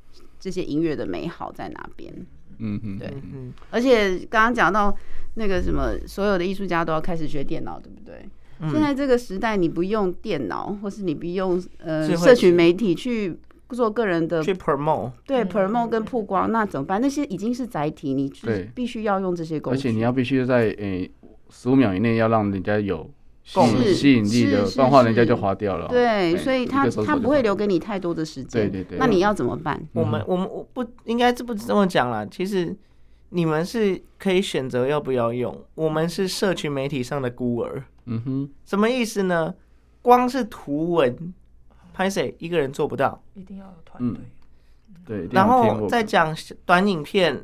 Speaker 3: 这些音乐的美好在哪边。
Speaker 1: 嗯哼
Speaker 3: 对
Speaker 2: 嗯，
Speaker 3: 而且刚刚讲到那个什么，所有的艺术家都要开始学电脑，对不对？
Speaker 2: 嗯
Speaker 3: 现在这个时代，你不用电脑，或是你不用呃
Speaker 2: 智慧
Speaker 3: 社群媒体去做个人的
Speaker 2: 去 promote，
Speaker 3: 对
Speaker 4: 嗯
Speaker 3: promote 跟曝光，那怎么办？那些已经是载体，你就是
Speaker 1: 对
Speaker 3: 必须要用这些工
Speaker 1: 而且你
Speaker 3: 具。
Speaker 1: 要必须在诶十五秒以内要让人家有吸
Speaker 2: 共鸣
Speaker 1: 吸引力的
Speaker 3: 是，是
Speaker 1: 不然的话人
Speaker 3: 是
Speaker 1: 家就划掉了哦。
Speaker 3: 对，
Speaker 1: 哎
Speaker 3: 所以
Speaker 1: 一
Speaker 3: 他
Speaker 1: 个手指
Speaker 3: 他
Speaker 1: 头就
Speaker 3: 不会
Speaker 1: 划
Speaker 3: 留给你太多的时
Speaker 1: 对
Speaker 3: 间。
Speaker 1: 对对
Speaker 3: 那你要怎么办？
Speaker 2: 我
Speaker 1: 嗯
Speaker 2: 们我们我不应该这不这么讲啦，其实你们是可以选择要不要用，我们是社群媒体上的孤儿，
Speaker 1: 嗯哼，
Speaker 2: 什么意思呢？光是图文拍谁一个人做不到，
Speaker 4: 一定要有团
Speaker 1: 嗯
Speaker 4: 队。
Speaker 1: 对。一定
Speaker 2: 然
Speaker 1: 要听
Speaker 2: 后
Speaker 1: 过
Speaker 2: 再讲短影片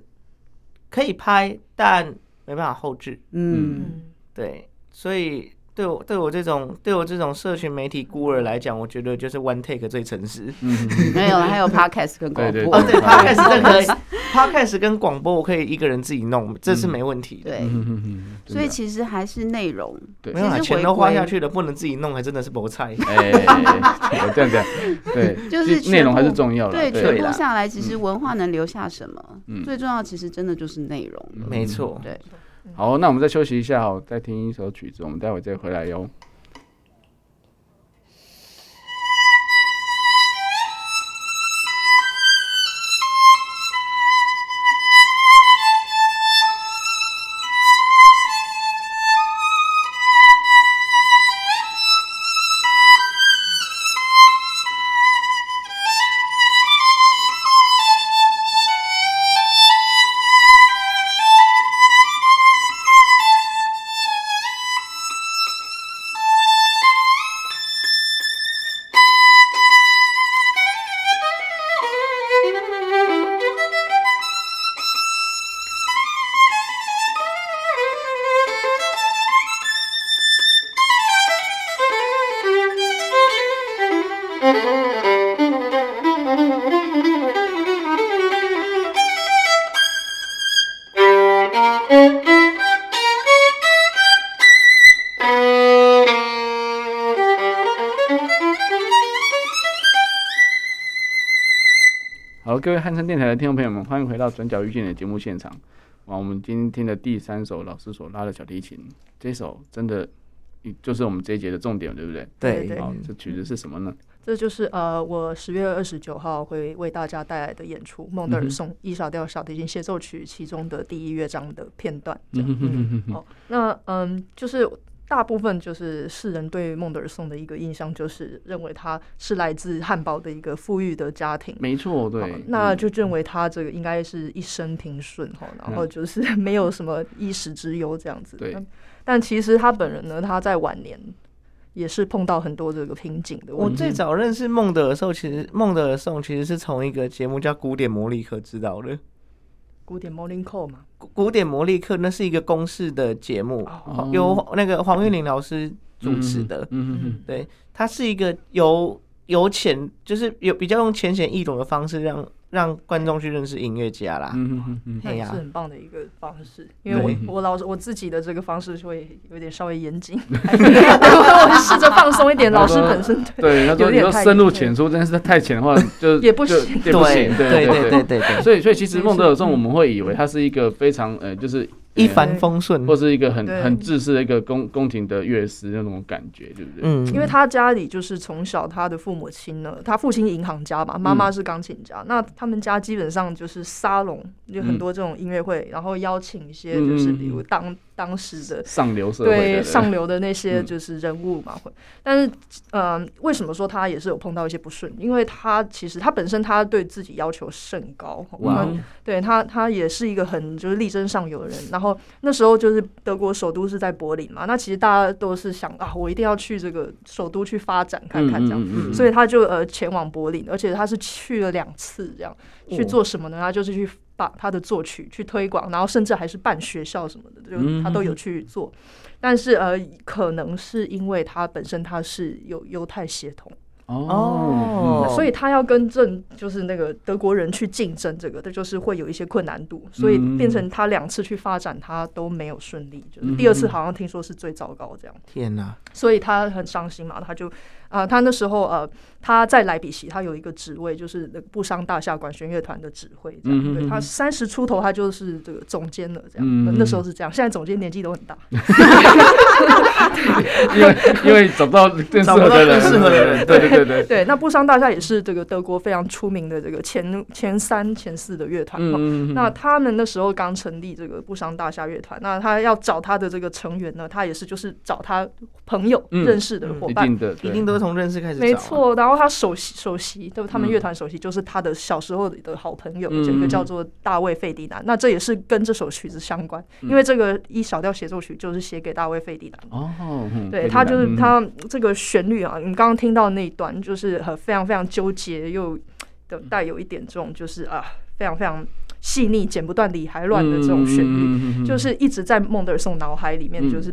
Speaker 2: 可以拍，但没办法后置，
Speaker 1: 嗯
Speaker 3: 嗯，
Speaker 4: 嗯，
Speaker 2: 对，所以。对我对我这种对我这种社群媒体孤儿来讲，我觉得就是 one take 最诚实。
Speaker 1: 嗯哼哼
Speaker 3: 没有，还有 podcast 跟广
Speaker 1: 对对
Speaker 3: 播。
Speaker 2: 哦，
Speaker 1: 对
Speaker 2: 对，podcast 这可以，podcast 跟广播我可以一个人自己弄，这是没问题的。
Speaker 3: 对，
Speaker 1: 嗯哼哼哼，真
Speaker 3: 所以
Speaker 1: 的
Speaker 3: 其实还是内容。
Speaker 1: 对
Speaker 2: 没有啊，
Speaker 3: 其实回
Speaker 2: 钱都花
Speaker 3: 归
Speaker 2: 下去了，不能自己弄，还真的是不菜。
Speaker 1: 哎，我这样讲，对，
Speaker 3: 就是
Speaker 1: 其实内容
Speaker 3: 全部
Speaker 1: 还是重要的。
Speaker 3: 对，
Speaker 1: 对
Speaker 3: 全
Speaker 2: 啦
Speaker 3: 部下来，其实文化能留下什么，
Speaker 1: 嗯
Speaker 3: 最重要其实真的就是内容了。
Speaker 2: 没错，
Speaker 3: 对，
Speaker 1: 好，那我们再休息一下哦，再听一首曲子，我们待会再回来哟。各位汉声电台的听众朋友们，欢迎回到《转角遇见》的节目现场。哇，我们今天听的第三首老师所拉的小提琴，这首真的就是我们这一节的重点，对不对？
Speaker 4: 对对
Speaker 1: 好，这曲子是什么呢？
Speaker 4: 这就是呃，我十月二十九号会为大家带来的演出《孟德尔颂 E 小调小提琴协奏曲》其中的第一乐章的片段。这样，
Speaker 1: 嗯
Speaker 4: 哦，那嗯，就是大部分就是世人对孟德尔颂的一个印象，就是认为他是来自汉堡的一个富裕的家庭，
Speaker 1: 没错，对。
Speaker 4: 那
Speaker 1: 嗯
Speaker 4: 就认为他这个应该是一生平顺哈，然后就是 没有什么衣食之忧这样子。
Speaker 1: 嗯对
Speaker 4: 那。但其实他本人呢，他在晚年也是碰到很多这个瓶颈的
Speaker 2: 我
Speaker 4: 问题。
Speaker 2: 最早认识孟德尔颂，其实孟德尔颂其实是从一个节目叫《古典魔力课》知道的。
Speaker 4: 古典 Morning Call 嘛，
Speaker 2: 古古典魔力课那是一个公式的节目，
Speaker 1: 哦
Speaker 2: 由那个黄韵玲老师主持的。
Speaker 1: 嗯嗯嗯
Speaker 2: 对，它是一个由由浅，就是有比较用浅显易懂的方式让让观众去认识音乐家啦。
Speaker 1: 嗯嗯嗯嗯，
Speaker 4: 那
Speaker 2: 哎
Speaker 4: 也
Speaker 2: 呀
Speaker 4: 是很棒的一个方式。因为
Speaker 1: 对
Speaker 4: 我我老师我自己的这个方式就会有点稍微 严谨，我就试着放松一点。老师本身
Speaker 1: 对，
Speaker 4: 对
Speaker 1: 他说
Speaker 4: 有
Speaker 1: 你
Speaker 4: 点
Speaker 1: 说
Speaker 4: 太
Speaker 1: 深入
Speaker 4: 对
Speaker 1: 浅出，但是太浅的话就
Speaker 4: 也不
Speaker 1: 就
Speaker 4: 行
Speaker 1: 也不行，对
Speaker 2: 对对
Speaker 1: 对
Speaker 2: 对。对对，
Speaker 1: 所以，所以其实
Speaker 4: 没
Speaker 1: 孟德尔
Speaker 4: 错
Speaker 1: 颂，我们会以为它是一个非常呃，就是
Speaker 2: 一帆风顺
Speaker 1: 或。是一个很
Speaker 4: 嗯对
Speaker 1: 很自私的一个宫宫廷的乐师那种感觉，对不对？
Speaker 2: 嗯，
Speaker 4: 因为他家里就是从小他的父母亲呢，他父亲银行家嘛，妈妈
Speaker 1: 嗯
Speaker 4: 是钢琴家，那他们家基本上就是沙龙，有很多这种音乐会，然后邀请一些就
Speaker 1: 嗯嗯嗯
Speaker 4: 是
Speaker 1: 嗯
Speaker 4: 比如当当时的
Speaker 1: 上流社会的
Speaker 4: 对
Speaker 1: 人
Speaker 4: 上流的那些
Speaker 1: 嗯
Speaker 4: 就是人物嘛，会、但是，呃，为什么说他也是有碰到一些不顺？因为他其实他本身他对自己要求甚高，
Speaker 1: 哇哦
Speaker 4: 那对他他也是一个很就是力争上游的人。然后那时候就是德国首都是在柏林嘛，那其实大家都是想啊，我一定要去这个首都去发展看看这样。
Speaker 1: 嗯嗯嗯嗯
Speaker 4: 所以他就呃前往柏林，而且他是去了两次，这样去做什么呢？他就是去把他的作曲去推广，然后甚至还是办学校什么的，就
Speaker 1: 嗯
Speaker 4: 他都有去做。但是呃，可能是因为他本身他是有犹太血统，
Speaker 1: 哦，
Speaker 4: 所以他要跟正就是那个德国人去竞争这个，这就是会有一些困难度，所以
Speaker 1: 嗯
Speaker 4: 变成他两次去发展他都没有顺利，就是第二
Speaker 1: 嗯
Speaker 4: 次好像听说是最糟糕这样。
Speaker 2: 天哪，
Speaker 4: 所以他很伤心嘛，他就啊、他那时候呃，他在莱比锡，他有一个职位，就是那个布商大厦管弦乐团的指挥，这样。
Speaker 1: 嗯嗯嗯
Speaker 4: 对他三十出头，他就是这个总监了，这样。
Speaker 1: 嗯嗯
Speaker 4: 那时候是这样，现在总监年纪都很大，
Speaker 1: 因为因为找不到更适合的人，
Speaker 2: 找不到更适合的人
Speaker 1: 对对对 对，
Speaker 4: 对。那布商大厦也是这个德国非常出名的这个前前三、前四的乐团。哦
Speaker 1: 嗯，
Speaker 4: 那他们那时候刚成立这个布商大厦乐团，那他要找他的这个成员呢，他也是就是找他朋友
Speaker 1: 嗯
Speaker 4: 认识的伙
Speaker 1: 一
Speaker 4: 伴，
Speaker 1: 定的，对
Speaker 2: 一定都是从认识开始找啊。
Speaker 4: 没错，然后他首席首席，对他们
Speaker 1: 嗯
Speaker 4: 乐团首席就是他的小时候的好朋友，
Speaker 1: 嗯
Speaker 4: 这个叫做大卫费迪南。那这也是跟这首曲子相关，因
Speaker 1: 嗯
Speaker 4: 为这个一小调协奏曲就是写给大卫费迪南。
Speaker 1: 哦，嗯
Speaker 4: 对
Speaker 1: 非
Speaker 4: 他
Speaker 1: 常
Speaker 4: 就是
Speaker 1: 嗯
Speaker 4: 他这个旋律啊，你刚刚听到那一段，就是很非常非常纠结又的带有一点这种就是啊非常非常细腻、剪不断理还乱的这种旋
Speaker 1: 嗯
Speaker 4: 律，
Speaker 1: 律
Speaker 4: 就是一直在孟德尔颂脑海里面
Speaker 1: 嗯
Speaker 4: 就是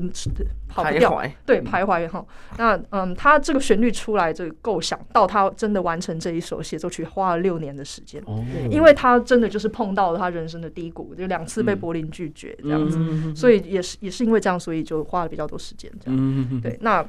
Speaker 4: 跑不
Speaker 2: 徘
Speaker 4: 掉。
Speaker 2: 徊，
Speaker 4: 对，徘徊哈。那嗯，他这个旋律出来，这个构想到他真的完成这一首协奏曲，花了六年的时间，
Speaker 1: 哦，
Speaker 4: 因为他真的就是碰到了他人生的低谷，就两次被
Speaker 1: 嗯
Speaker 4: 柏林拒绝这样子，
Speaker 1: 子，
Speaker 4: 所以也是也是因为这样，所以就花了比较多时间这样。
Speaker 1: 嗯，
Speaker 4: 对，那。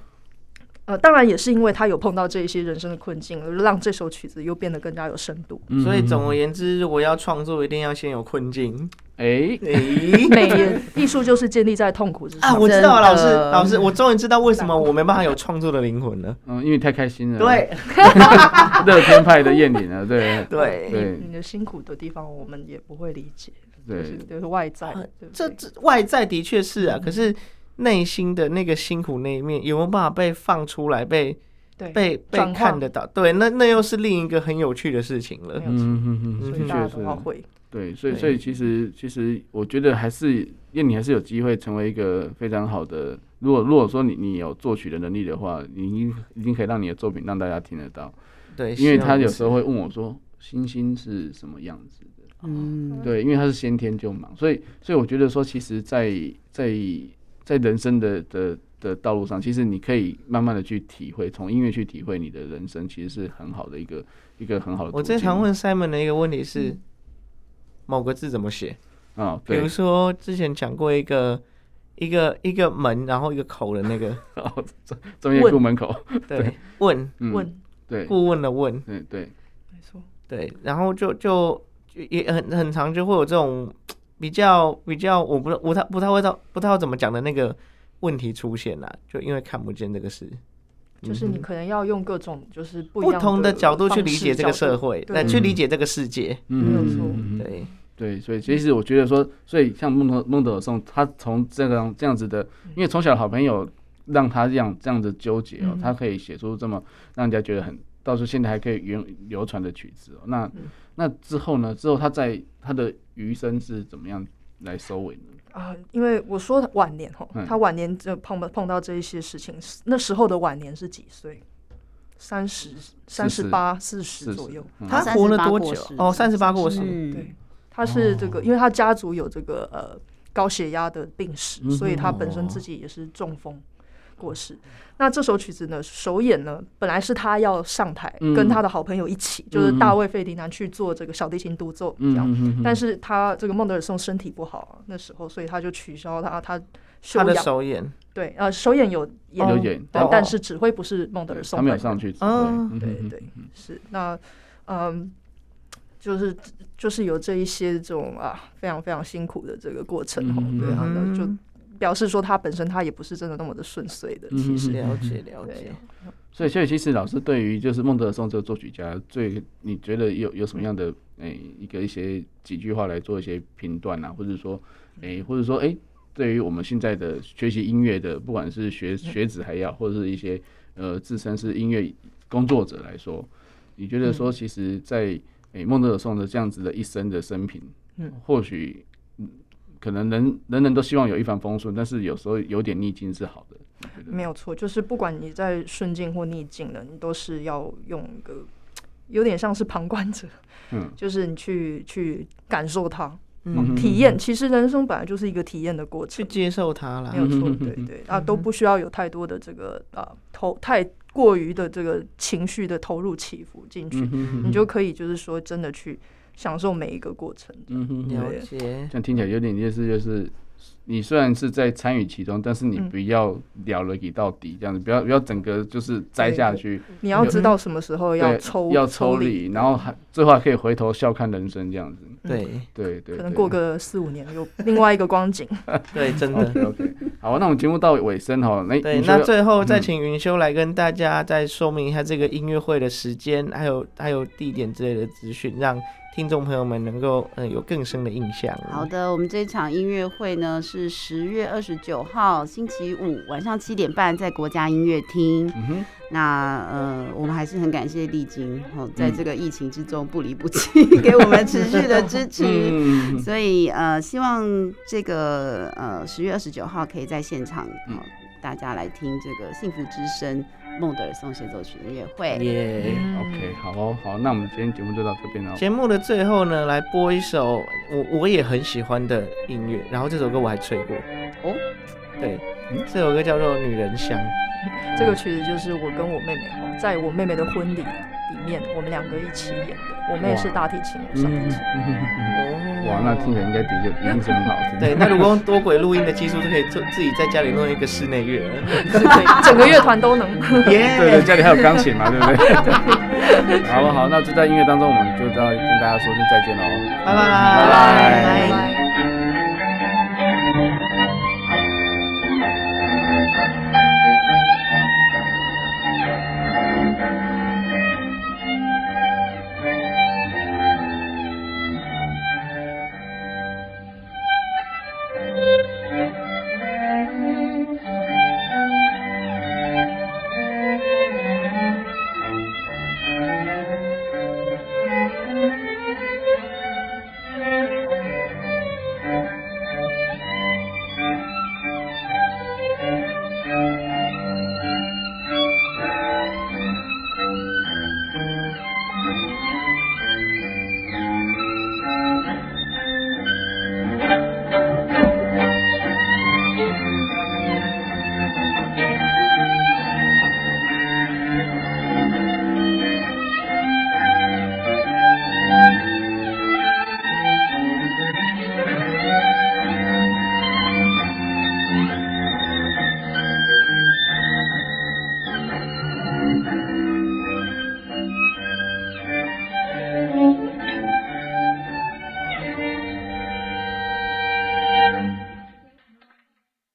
Speaker 4: 呃，当然也是因为他有碰到这一些人生的困境，让这首曲子又变得更加有深 度。
Speaker 1: 嗯
Speaker 2: 所以总而言之，如果要创作，一定要先有困 境。
Speaker 1: 哎，
Speaker 2: 诶
Speaker 4: 美艺术就是建立在痛苦之上。
Speaker 2: 啊，我知道了，老
Speaker 3: 真
Speaker 2: 师，
Speaker 3: 的
Speaker 2: 老师，我终于知道为什么我没办法有创作的灵魂了。
Speaker 1: 嗯，因为太开心了，，
Speaker 2: 对
Speaker 1: 乐天派的宴领了，对
Speaker 2: 对，
Speaker 1: 对
Speaker 4: 你的辛苦的地方，我们也不会理解，就是
Speaker 1: 对，
Speaker 4: 就是外在
Speaker 2: 啊
Speaker 4: 的。对不
Speaker 2: 这
Speaker 4: 对
Speaker 2: 这外在的确是啊，可是内心的那个辛苦那一面有没有办法被放出来，被
Speaker 4: 对
Speaker 2: 被
Speaker 4: 转
Speaker 2: 被
Speaker 4: 化
Speaker 2: 看得到？对，那那又是另一个很有趣的事情了
Speaker 4: 没。有错，
Speaker 1: 嗯嗯
Speaker 4: 所
Speaker 1: 的
Speaker 4: 以大
Speaker 1: 确
Speaker 4: 家都要
Speaker 1: 是，
Speaker 4: 会。
Speaker 1: 对，所以
Speaker 2: 对
Speaker 1: 所以其实其实我觉得还是，因为你还是有机会成为一个非常好的。如果如果说你你有作曲的能力的话，你已经已经可以让你的作品让大家听得到，
Speaker 2: 对，
Speaker 1: 因为
Speaker 2: 希望
Speaker 1: 他
Speaker 2: 如
Speaker 1: 有
Speaker 2: 此
Speaker 1: 时候会问我说星星是什么样子的，
Speaker 5: 嗯，
Speaker 1: 对，因为他是先天就忙，所以所以我觉得说，其实在，在在人生的的的道路上，其实你可以慢慢的去体会，从音乐去体会你的人生，其实是很好的一个一个很好的途径。
Speaker 2: 我最常问 Simon 的一个问题是，某个字怎么写？
Speaker 1: 啊、
Speaker 2: 比如
Speaker 1: 嗯对，
Speaker 2: 说之前讲过一个一个一个门，然后一个口的 那个，
Speaker 1: 哦专专业部门口，
Speaker 2: 对，问
Speaker 1: 嗯，
Speaker 4: 问，
Speaker 1: 对
Speaker 2: 顾问的问，
Speaker 1: 对对，
Speaker 4: 没错，
Speaker 2: 对，然后就就就也很很常就会有这种比较比较，我不不太不太会到不太会怎么讲的那个问题出现啦，就因为看不见这个事，
Speaker 4: 就是你可能要用各种就是不
Speaker 2: 嗯
Speaker 4: 一
Speaker 2: 不
Speaker 4: 样
Speaker 2: 同的
Speaker 4: 的
Speaker 2: 角度去
Speaker 4: 方
Speaker 2: 理
Speaker 4: 式
Speaker 2: 解这个
Speaker 4: 角
Speaker 2: 社
Speaker 4: 度
Speaker 2: 会，
Speaker 4: 对
Speaker 2: 来去理解这个世界，
Speaker 4: 没有
Speaker 1: 嗯
Speaker 4: 错
Speaker 1: 嗯嗯
Speaker 2: 对，
Speaker 1: 对，所以其实我觉得说，所以像孟德孟德尔颂，他从这样这样子的，因为从小好朋友让他这样这样子纠结哦，
Speaker 4: 嗯
Speaker 1: 他可以写出这么让人家觉得很，到时候现在还可以原流传的曲子哦。那、
Speaker 4: 嗯
Speaker 1: 那之后呢？之后他在他的余生是怎么样来收尾呢？
Speaker 4: 啊，因为我说晚年吼
Speaker 1: 嗯，
Speaker 4: 他晚年就碰到碰到这一些事情，那时候的晚年是几岁？三十、三十八、四十
Speaker 1: 是
Speaker 4: 左右。，
Speaker 1: 嗯
Speaker 2: 他
Speaker 3: 38
Speaker 2: 活了多久
Speaker 3: 过世？
Speaker 2: 哦，三十八过世，
Speaker 3: 嗯
Speaker 4: 对，他是这
Speaker 1: 哦
Speaker 4: 个，因为他家族有这个呃高血压的病史，
Speaker 1: 嗯
Speaker 4: 所以他本身自己也是中风过世。那这首曲子呢，首演呢本来是他要上台，
Speaker 1: 嗯
Speaker 4: 跟他的好朋友一起，就是大卫费迪南去做这个小提琴独奏这
Speaker 1: 嗯
Speaker 4: 样。
Speaker 1: 嗯嗯，
Speaker 4: 但是他这个孟德尔颂身体不好、啊，那时候，所以他就取消他他休
Speaker 2: 他的
Speaker 4: 养。
Speaker 2: 首演，
Speaker 4: 对，呃，首演有演，
Speaker 1: 有演，
Speaker 4: 对
Speaker 2: 哦，
Speaker 4: 但是指挥不是孟德尔颂
Speaker 1: 他
Speaker 4: 本
Speaker 1: 没
Speaker 4: 人。
Speaker 1: 有上去指挥，
Speaker 2: 哦
Speaker 1: 嗯
Speaker 4: 对
Speaker 1: 嗯嗯
Speaker 4: 对是那，嗯，就是就是有这一些这种啊，非常非常辛苦的这个过程哦
Speaker 1: 嗯，
Speaker 4: 对啊，那就
Speaker 2: 嗯
Speaker 4: 表示说他本身他也不是真的那么的顺遂的，
Speaker 1: 嗯
Speaker 4: 其实。
Speaker 2: 了解了
Speaker 4: 对
Speaker 2: 解，，
Speaker 1: 所以，所以其实老师对于就是孟德尔颂这个作曲家，最你觉得有有什么样的诶、一个一些几句话来做一些评断啊，或者说诶、或者说诶、对于我们现在的学习音乐的，不管是
Speaker 4: 嗯
Speaker 1: 学学子还要，或者是一些呃自身是音乐工作者来说，你觉得
Speaker 4: 嗯
Speaker 1: 说其实在诶、孟德尔颂的这样子的一生的生平，
Speaker 4: 嗯，
Speaker 1: 或许嗯可能人人人都希望有一帆风顺，但是有时候有点逆境是好的，你觉得呢
Speaker 4: 没有错，就是不管你在顺境或逆境的，你都是要用一个有点像是旁观者，
Speaker 1: 嗯，
Speaker 4: 就是你去去感受它，
Speaker 1: 嗯
Speaker 4: 体验。其实人生本来就是一个体验的过
Speaker 2: 去
Speaker 4: 程，啊
Speaker 2: 接受它啦
Speaker 4: 没，有错
Speaker 1: 嗯，
Speaker 4: 对对，啊，都不需要有太多的这个啊投太过于的这个情绪的投入起伏进去，
Speaker 1: 嗯哼
Speaker 4: 你就可以就是说真的去享受每一个过程。
Speaker 1: 嗯哼哼
Speaker 2: 了解
Speaker 1: 这，样听起来有点意思，就是你虽然是在参与其中，但是你
Speaker 4: 嗯
Speaker 1: 不要了了给到底，这样子不要不要整个就是栽下去，
Speaker 4: 你要知道什么时候要
Speaker 1: 对，
Speaker 4: 抽
Speaker 1: 要
Speaker 4: 抽
Speaker 1: 抽离，然后还最后还可以回头笑看人生这样子，
Speaker 2: 对
Speaker 1: 对对，
Speaker 4: 可能过个四五年有另外一个光景。
Speaker 2: 对，真的。
Speaker 1: OK OK，好，那我们节目到尾声哈，那
Speaker 2: 对，
Speaker 1: 你
Speaker 2: 那
Speaker 1: 觉得
Speaker 2: 最后再请云修来跟大家再说明一下这个音乐会的时间，还有还有地点之类的资讯，让听众朋友们能够嗯、呃有更深的印象。
Speaker 3: 好，的，我们这场音乐会呢是十月二十九号星期五晚上七点半在国家音乐厅。
Speaker 1: 嗯哼，
Speaker 3: 那呃，我们还是很感谢丽晶哦，
Speaker 1: 嗯
Speaker 3: 在这个疫情之中不离不弃， 给我们持续的支持。
Speaker 1: 嗯
Speaker 3: 所以呃，希望这个呃十月二十九号可以在现场、
Speaker 1: 嗯
Speaker 3: 哦、大家来听这个《幸福之声》孟德尔颂协奏曲音乐会。
Speaker 2: 耶、
Speaker 4: 嗯
Speaker 1: ，OK，好哦，好，那我们今天节目就到这边了，哦
Speaker 2: 节目的最后呢，来播一首我我也很喜欢的音乐，然后这首歌我还吹过。
Speaker 3: 哦，
Speaker 2: 对
Speaker 1: 嗯，
Speaker 2: 这首歌叫做《女人香》。
Speaker 4: 这个曲子就是我跟我妹妹哦，在我妹妹的婚礼里面，我们两个一起演的。我妹是大提琴，我是小
Speaker 1: 嗯
Speaker 4: 提
Speaker 1: 嗯
Speaker 4: 琴。
Speaker 1: 嗯嗯
Speaker 2: 哦
Speaker 1: 哇，那听起来应该的确一定是很好听，
Speaker 2: 对，那如果用多轨录音的技术，就可以做自己在家里弄一个室 内乐了。
Speaker 4: 对，整个乐团都能。
Speaker 2: 耶、
Speaker 1: 对对，家里还有钢琴嘛，对不对？哦好不好？那就在音乐当中，我们就到跟大家说声再见喽，
Speaker 2: 拜拜
Speaker 1: 拜拜
Speaker 4: 拜拜